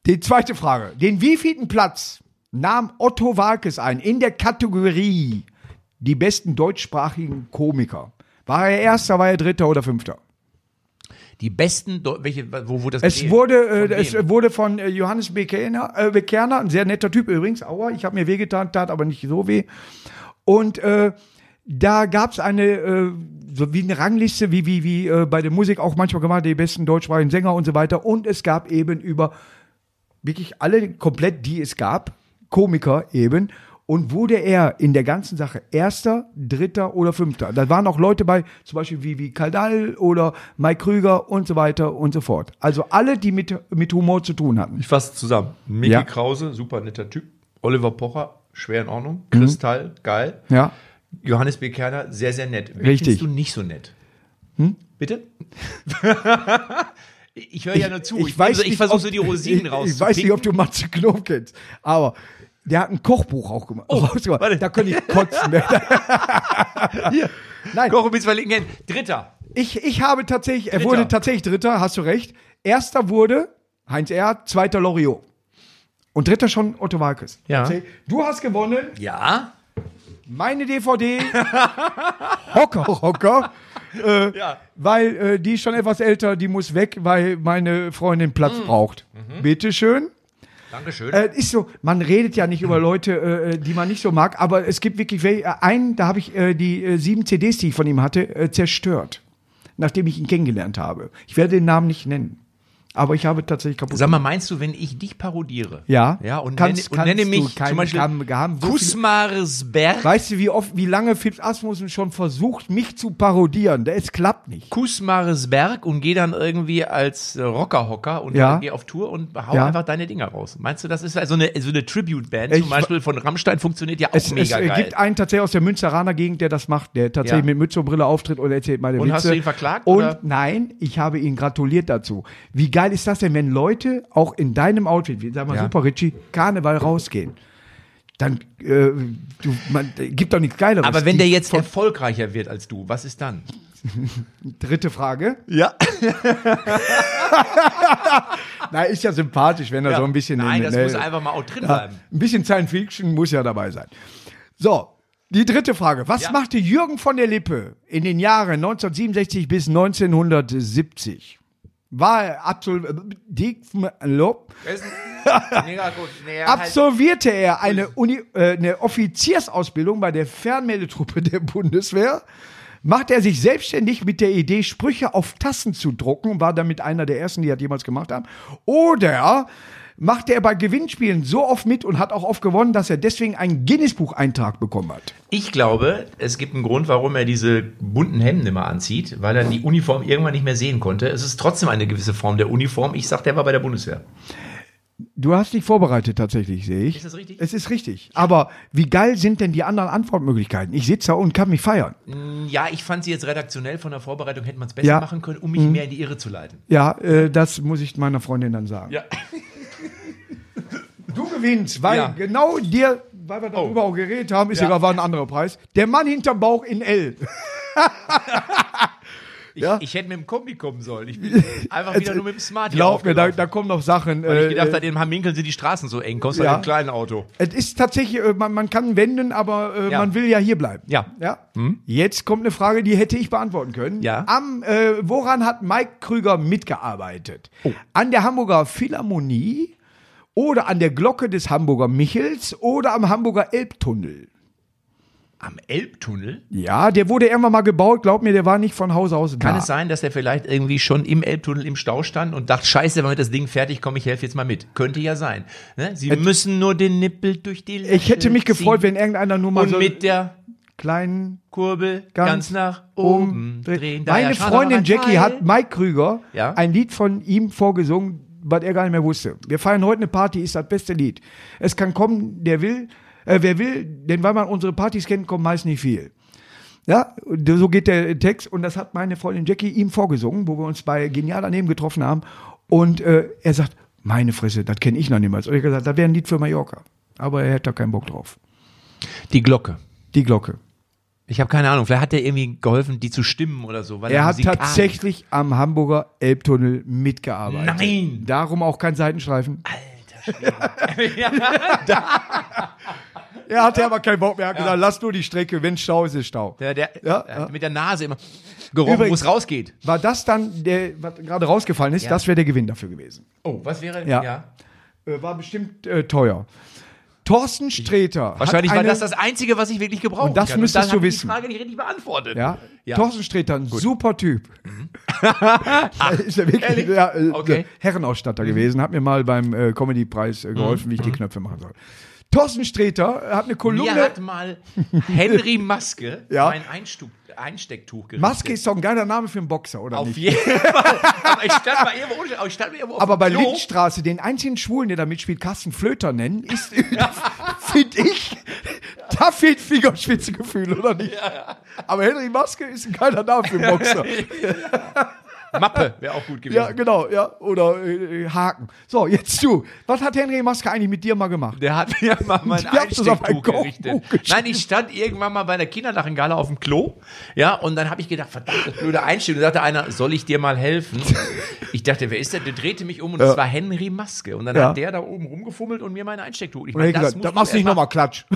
[SPEAKER 1] Die zweite Frage. Den wievielten Platz nahm Otto Walkes ein in der Kategorie die besten deutschsprachigen Komiker? War er erster, war er dritter oder fünfter?
[SPEAKER 2] Die besten, Deu- welche, wo wurde das
[SPEAKER 1] Es
[SPEAKER 2] gewählt?
[SPEAKER 1] wurde,
[SPEAKER 2] Von
[SPEAKER 1] äh, es
[SPEAKER 2] wem?
[SPEAKER 1] wurde von äh, Johannes Bekerner, äh, Bekerner, ein sehr netter Typ übrigens, aua, ich habe mir wehgetan, tat aber nicht so weh. Und äh, da gab es eine, äh, so wie eine Rangliste, wie, wie, wie äh, bei der Musik auch manchmal gemacht, die besten deutschsprachigen Sänger und so weiter. Und es gab eben über wirklich alle komplett, die es gab, Komiker eben. Und wurde er in der ganzen Sache Erster, Dritter oder Fünfter? Da waren auch Leute bei, zum Beispiel wie, wie Kaldal oder Mike Krüger und so weiter und so fort. Also alle, die mit, mit Humor zu tun hatten.
[SPEAKER 2] Ich fasse zusammen. Mickey
[SPEAKER 1] äh, Ja.
[SPEAKER 2] Krause, super netter Typ. Oliver Pocher, schwer in Ordnung. Kristall, geil.
[SPEAKER 1] Ja.
[SPEAKER 2] Johannes B. Kerner, sehr, sehr nett. Wen
[SPEAKER 1] Richtig. Hm?
[SPEAKER 2] findest du nicht so nett? Bitte? ich höre ja nur zu. bin so- ich versuche
[SPEAKER 1] ob-
[SPEAKER 2] so die Rosinen
[SPEAKER 1] ich,
[SPEAKER 2] raus.
[SPEAKER 1] Ich weiß nicht, ob du Matze Knob kennst, aber der hat ein Kochbuch auch gemacht. rausgemacht.
[SPEAKER 2] Oh, warte.
[SPEAKER 1] Da könnte ich kotzen. Nein,
[SPEAKER 2] Kochen bis verlinken. gehen. Dritter.
[SPEAKER 1] ich, ich habe tatsächlich, er
[SPEAKER 2] Dritter.
[SPEAKER 1] wurde tatsächlich Dritter, hast du recht. Erster wurde Heinz Erhardt, zweiter Loriot. Und dritter schon Otto Walkes.
[SPEAKER 2] Ja.
[SPEAKER 1] Erzähl. Du hast gewonnen,
[SPEAKER 2] Ja.
[SPEAKER 1] meine DVD. Hocker, Hocker. Äh,
[SPEAKER 2] Ja.
[SPEAKER 1] Weil äh, die ist schon etwas älter, die muss weg, weil meine Freundin Platz
[SPEAKER 2] Mhm.
[SPEAKER 1] braucht. Bitteschön.
[SPEAKER 2] Dankeschön.
[SPEAKER 1] Äh, ist so, man redet ja nicht über Leute, äh, die man nicht so mag, aber es gibt wirklich wel- äh, einen, da habe ich äh, die äh, sieben CDs, die ich von ihm hatte, äh, zerstört, nachdem ich ihn kennengelernt habe. Ich werde den Namen nicht nennen, aber ich habe tatsächlich kaputt.
[SPEAKER 2] Sag mal, meinst du, wenn ich dich parodiere?
[SPEAKER 1] Ja.
[SPEAKER 2] Ja, und,
[SPEAKER 1] Kannst-
[SPEAKER 2] nenne,
[SPEAKER 1] kannst
[SPEAKER 2] und nenne mich
[SPEAKER 1] du keinen-
[SPEAKER 2] zum Beispiel
[SPEAKER 1] haben- haben so
[SPEAKER 2] Kusmaresberg.
[SPEAKER 1] weißt du, wie oft, wie lange Philipp Asmussen schon versucht, mich zu parodieren? Es klappt nicht.
[SPEAKER 2] Kusmaresberg und gehe dann irgendwie als äh, Rockerhocker und
[SPEAKER 1] Ja.
[SPEAKER 2] dann gehe auf Tour und hau
[SPEAKER 1] Ja.
[SPEAKER 2] einfach deine Dinger raus. Meinst du, das ist also eine, so eine Tribute-Band?
[SPEAKER 1] Ich-
[SPEAKER 2] Zum Beispiel von Rammstein funktioniert ja auch
[SPEAKER 1] Es, es
[SPEAKER 2] mega
[SPEAKER 1] äh,
[SPEAKER 2] geil.
[SPEAKER 1] gibt einen tatsächlich aus der Münsteraner Gegend, der das macht, der tatsächlich
[SPEAKER 2] Ja.
[SPEAKER 1] mit Mütze und Brille auftritt und erzählt meine
[SPEAKER 2] Und
[SPEAKER 1] Witze.
[SPEAKER 2] hast du ihn verklagt,
[SPEAKER 1] Und
[SPEAKER 2] oder?
[SPEAKER 1] nein, ich habe ihn gratuliert dazu. Wie geil ist das denn, wenn Leute auch in deinem Outfit, wie sag mal
[SPEAKER 2] Ja.
[SPEAKER 1] super Richie, Karneval rausgehen? Dann äh, du, man, äh, gibt doch nichts Geileres.
[SPEAKER 2] Aber wenn
[SPEAKER 1] Die
[SPEAKER 2] der jetzt erfolgreicher wird als du, was ist dann?
[SPEAKER 1] dritte Frage,
[SPEAKER 2] Ja.
[SPEAKER 1] na ist ja sympathisch, wenn er so ein bisschen
[SPEAKER 2] Nein,
[SPEAKER 1] in,
[SPEAKER 2] das
[SPEAKER 1] ne,
[SPEAKER 2] muss einfach mal auch drin bleiben.
[SPEAKER 1] ein bisschen Science Fiction muss ja dabei sein. So, die dritte Frage. Was
[SPEAKER 2] Ja.
[SPEAKER 1] machte Jürgen von der Lippe in den Jahren 1967 bis 1970? War er äh, absol die- lo-
[SPEAKER 2] mega gut. Nee, halt-
[SPEAKER 1] absolvierte er eine, Uni äh, eine Offiziersausbildung bei der Fernmeldetruppe der Bundeswehr? Machte er sich selbstständig mit der Idee, Sprüche auf Tassen zu drucken und war damit einer der ersten, die das jemals gemacht haben? Oder machte er bei Gewinnspielen so oft mit und hat auch oft gewonnen, dass er deswegen einen Guinness-Bucheintrag bekommen hat?
[SPEAKER 2] Ich glaube, es gibt einen Grund, warum er diese bunten Hemden immer anzieht, weil er die Uniform irgendwann nicht mehr sehen konnte. Es ist trotzdem eine gewisse Form der Uniform. Ich sag, der war bei der Bundeswehr.
[SPEAKER 1] Du hast dich vorbereitet tatsächlich, sehe ich.
[SPEAKER 2] Ist das richtig?
[SPEAKER 1] Es ist richtig. Aber wie geil sind denn die anderen Antwortmöglichkeiten? Ich sitze da und kann mich feiern.
[SPEAKER 2] Ja, ich fand sie jetzt redaktionell von der Vorbereitung hätte man es besser
[SPEAKER 1] Ja. Mhm.
[SPEAKER 2] machen können, um mich mehr in die Irre zu leiten.
[SPEAKER 1] Ja, äh, das muss ich meiner Freundin dann sagen.
[SPEAKER 2] Ja.
[SPEAKER 1] Du gewinnst, weil
[SPEAKER 2] Ja. Oh.
[SPEAKER 1] genau dir, weil wir darüber auch geredet haben, ist
[SPEAKER 2] Ja.
[SPEAKER 1] egal, war ein anderer Preis. Der Mann hinterm Bauch in L.
[SPEAKER 2] Ich,
[SPEAKER 1] Ja.
[SPEAKER 2] ich hätte mit dem Kombi kommen sollen. Ich bin einfach wieder nur mit dem Smart hier
[SPEAKER 1] Glaub mir, da,
[SPEAKER 2] aufgelaufen.
[SPEAKER 1] da kommen noch Sachen.
[SPEAKER 2] genau. Weil ich
[SPEAKER 1] äh,
[SPEAKER 2] gedacht habe, in Hamminkeln sind die Straßen so eng, kommst du
[SPEAKER 1] ja.
[SPEAKER 2] mit dem kleinen Auto.
[SPEAKER 1] Es ist tatsächlich, äh, man, man kann wenden, aber äh,
[SPEAKER 2] Ja.
[SPEAKER 1] man will ja hier bleiben.
[SPEAKER 2] Ja. Hm?
[SPEAKER 1] ja? Jetzt kommt eine Frage, die hätte ich beantworten können.
[SPEAKER 2] Ja.
[SPEAKER 1] Am, äh, woran hat Mike Krüger mitgearbeitet?
[SPEAKER 2] Oh.
[SPEAKER 1] An der Hamburger Philharmonie oder an der Glocke des Hamburger Michels oder am Hamburger Elbtunnel?
[SPEAKER 2] Am Elbtunnel?
[SPEAKER 1] Ja, der wurde irgendwann mal gebaut. Glaub mir, der war nicht von Haus aus da.
[SPEAKER 2] Kann es sein, dass der vielleicht irgendwie schon im Elbtunnel im Stau stand und dachte, scheiße, damit das Ding fertig kommt, ich helfe jetzt mal mit. Könnte ja sein. Ne? Sie müssen nur den Nippel durch die
[SPEAKER 1] Ich hätte mich
[SPEAKER 2] Lasche
[SPEAKER 1] gefreut,
[SPEAKER 2] ziehen
[SPEAKER 1] wenn irgendeiner nur mal
[SPEAKER 2] Und
[SPEAKER 1] so
[SPEAKER 2] mit der
[SPEAKER 1] kleinen
[SPEAKER 2] Kurbel ganz,
[SPEAKER 1] Ganz
[SPEAKER 2] nach oben drehen.
[SPEAKER 1] umdrehen.
[SPEAKER 2] Da
[SPEAKER 1] Meine
[SPEAKER 2] ja, schau doch mal
[SPEAKER 1] Freundin
[SPEAKER 2] rein.
[SPEAKER 1] Jackie hat Mike Krüger
[SPEAKER 2] Ja.
[SPEAKER 1] ein Lied von ihm vorgesungen, was er gar nicht mehr wusste. Wir feiern heute eine Party, ist das beste Lied. Es kann kommen, der will, äh, wer will, denn weil man unsere Partys kennt, kommt meist nicht viel. Ja, und so geht der Text und das hat meine Freundin Jackie ihm vorgesungen, wo wir uns bei Genial daneben getroffen haben. Und äh, er sagt, meine Fresse, das kenne ich noch niemals. Und ich hab gesagt, das wäre ein Lied für Mallorca. Aber er hätte da keinen Bock drauf.
[SPEAKER 2] Die Glocke.
[SPEAKER 1] Die Glocke.
[SPEAKER 2] Ich habe keine Ahnung, vielleicht hat er irgendwie geholfen, die zu stimmen oder so. Weil
[SPEAKER 1] Er hat
[SPEAKER 2] Musik
[SPEAKER 1] tatsächlich am Hamburger Elbtunnel mitgearbeitet.
[SPEAKER 2] Nein!
[SPEAKER 1] Darum auch kein Seitenstreifen. Alter Schwede. Er hatte aber keinen Bock mehr. Er hat gesagt, lass nur die Strecke, wenn Stau ist, ist Stau.
[SPEAKER 2] Der, der,
[SPEAKER 1] Ja,
[SPEAKER 2] der
[SPEAKER 1] ja.
[SPEAKER 2] hat mit der Nase immer gerochen, wo
[SPEAKER 1] Übrigens-
[SPEAKER 2] es rausgeht.
[SPEAKER 1] War das dann, der, was gerade rausgefallen ist, das wäre der Gewinn dafür gewesen.
[SPEAKER 2] Oh, was wäre?
[SPEAKER 1] Ja. Äh, war bestimmt äh, teuer. Thorsten Sträter.
[SPEAKER 2] Wahrscheinlich
[SPEAKER 1] hat
[SPEAKER 2] war
[SPEAKER 1] eine,
[SPEAKER 2] das das Einzige, was ich wirklich gebraucht
[SPEAKER 1] Und das müsstest du wissen.
[SPEAKER 2] Die Frage nicht richtig beantwortet.
[SPEAKER 1] Ja?
[SPEAKER 2] Ja. Mhm. Ah.
[SPEAKER 1] Thorsten Sträter, ein super Typ. ist ja wirklich
[SPEAKER 2] ehrlich?
[SPEAKER 1] ja, äh,
[SPEAKER 2] Okay. Mhm.
[SPEAKER 1] Herrenausstatter gewesen. Hat mir mal beim äh, Comedy-Preis äh, geholfen, wie ich die Knöpfe machen soll. Thorsten Streter hat eine
[SPEAKER 2] Mir
[SPEAKER 1] Kolumne.
[SPEAKER 2] Mhm. hat mal Henry Maske
[SPEAKER 1] Ja.
[SPEAKER 2] mein Einstu Einstecktuch gerichtet.
[SPEAKER 1] Maske ist doch ein geiler Name für einen Boxer, oder
[SPEAKER 2] Auf
[SPEAKER 1] nicht?
[SPEAKER 2] jeden Fall. Aber ich stand mal irgendwo, ohne- aber ich stand mal irgendwo auf
[SPEAKER 1] Aber
[SPEAKER 2] dem
[SPEAKER 1] bei
[SPEAKER 2] Klo.
[SPEAKER 1] Lindstraße, den einzigen Schwulen, der da mitspielt, Carsten Flöter nennen, ist, finde ich, da fehlt Fingerspitzengefühl, oder nicht? Aber Henry Maske ist ein geiler Name für einen Boxer.
[SPEAKER 2] Mappe wäre auch gut gewesen.
[SPEAKER 1] ja, genau, ja. Oder äh, Haken. So, jetzt du. Was hat Henry Maske eigentlich mit dir mal gemacht?
[SPEAKER 2] Der hat mir mal mein
[SPEAKER 1] Die haben das auf ein
[SPEAKER 2] Einstecktuch gerichtet.
[SPEAKER 1] Kochbuch geschrieben.
[SPEAKER 2] Nein, ich stand irgendwann mal bei einer Kinderdachengala auf dem Klo. Ja, und dann habe ich gedacht, verdammt, das blöde Einstieg. Und da sagte einer, soll ich dir mal helfen? Ich dachte, wer ist der? Der drehte mich um und es war Henry Maske. Und dann
[SPEAKER 1] Ja.
[SPEAKER 2] hat der da oben rumgefummelt und mir mein Einstecktuch. Ich
[SPEAKER 1] Und er hat
[SPEAKER 2] das
[SPEAKER 1] gesagt,
[SPEAKER 2] muss
[SPEAKER 1] da
[SPEAKER 2] man
[SPEAKER 1] machst du nicht
[SPEAKER 2] erst
[SPEAKER 1] nochmal Klatsch.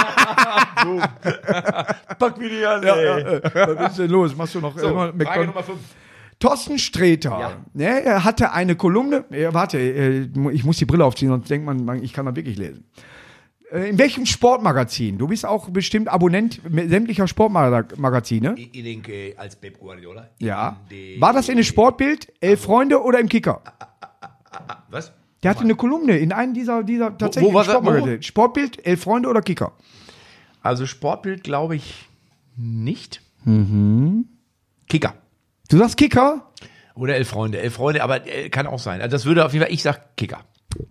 [SPEAKER 2] mal- Pack mir die an,
[SPEAKER 1] Ja,
[SPEAKER 2] ey.
[SPEAKER 1] ja, äh, was ist denn los? Machst du noch
[SPEAKER 2] So,
[SPEAKER 1] immer
[SPEAKER 2] Frage
[SPEAKER 1] McDonald's?
[SPEAKER 2] Nummer 5.
[SPEAKER 1] Thorsten Streter,
[SPEAKER 2] Ja.
[SPEAKER 1] ne, er hatte eine Kolumne. Äh, warte, äh, ich muss die Brille aufziehen, sonst denkt man, man, ich kann das wirklich lesen. Äh, In welchem Sportmagazin? Du bist auch bestimmt Abonnent sämtlicher Sportmagazine.
[SPEAKER 2] Ich ich denke, als Pep Guardiola.
[SPEAKER 1] Ja.
[SPEAKER 2] Die-
[SPEAKER 1] War das in dem Sportbild,
[SPEAKER 2] Also-
[SPEAKER 1] Elf Freunde oder im Kicker?
[SPEAKER 2] Was?
[SPEAKER 1] Der hatte eine Kolumne in einem dieser, dieser tatsächlich
[SPEAKER 2] wo war das?
[SPEAKER 1] Sportmagazine. Sportbild, Elf Freunde oder Kicker?
[SPEAKER 2] Also Sportbild glaube ich nicht.
[SPEAKER 1] Mhm.
[SPEAKER 2] Kicker.
[SPEAKER 1] Du sagst Kicker?
[SPEAKER 2] Oder elf Freunde. Elf Freunde, aber äh, kann auch sein. Also das würde auf jeden Fall, ich sag Kicker.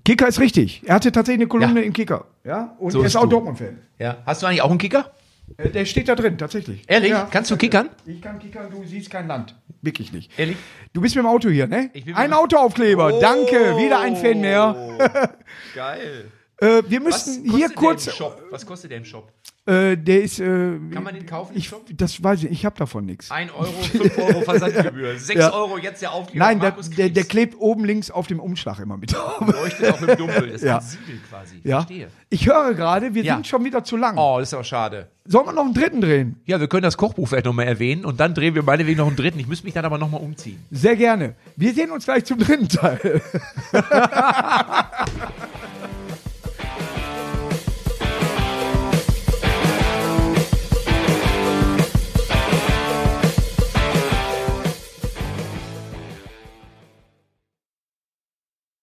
[SPEAKER 1] Kicker ist richtig. Er hatte tatsächlich eine Kolumne
[SPEAKER 2] Ja.
[SPEAKER 1] im Kicker. Ja. Und
[SPEAKER 2] So
[SPEAKER 1] er ist
[SPEAKER 2] bist
[SPEAKER 1] auch
[SPEAKER 2] du.
[SPEAKER 1] Dortmund-Fan.
[SPEAKER 2] Ja. Hast du eigentlich auch einen Kicker?
[SPEAKER 1] Äh, Der steht da drin, tatsächlich.
[SPEAKER 2] Ehrlich?
[SPEAKER 1] Ja.
[SPEAKER 2] Kannst du kickern?
[SPEAKER 1] Ich kann kickern, du siehst kein Land. Wirklich nicht.
[SPEAKER 2] Ehrlich?
[SPEAKER 1] Du bist mit dem Auto hier, ne?
[SPEAKER 2] Ich bin mit
[SPEAKER 1] ein
[SPEAKER 2] dem- Oh.
[SPEAKER 1] Autoaufkleber, Oh, danke, wieder ein Fan mehr.
[SPEAKER 2] Geil.
[SPEAKER 1] Äh, wir müssen hier kurz,
[SPEAKER 2] Der im Shop? Was kostet der im Shop?
[SPEAKER 1] äh, der ist, äh,
[SPEAKER 2] Kann man den kaufen im
[SPEAKER 1] ich,
[SPEAKER 2] Shop? Ah,
[SPEAKER 1] das weiß ich, ich habe davon nichts.
[SPEAKER 2] 1 Euro, 5 Euro Versandgebühr, 6
[SPEAKER 1] Ja.
[SPEAKER 2] Euro jetzt der Aufkleber.
[SPEAKER 1] Nein, der,
[SPEAKER 2] genau, Markus
[SPEAKER 1] der, der
[SPEAKER 2] Krebs.
[SPEAKER 1] klebt oben links auf dem Umschlag immer mit.
[SPEAKER 2] leuchtet auch im Dunkeln. Das ist
[SPEAKER 1] Ja.
[SPEAKER 2] ein Siegel quasi.
[SPEAKER 1] ja.
[SPEAKER 2] Verstehe.
[SPEAKER 1] Ich höre gerade, wir
[SPEAKER 2] Ja.
[SPEAKER 1] sind schon wieder zu lang.
[SPEAKER 2] Oh, das ist aber schade.
[SPEAKER 1] Sollen wir noch einen dritten drehen?
[SPEAKER 2] Ja, wir können das Kochbuch vielleicht nochmal erwähnen und dann drehen wir meinetwegen noch einen dritten. Ich müsste mich dann aber nochmal umziehen.
[SPEAKER 1] Sehr gerne. Wir sehen uns gleich zum dritten Teil.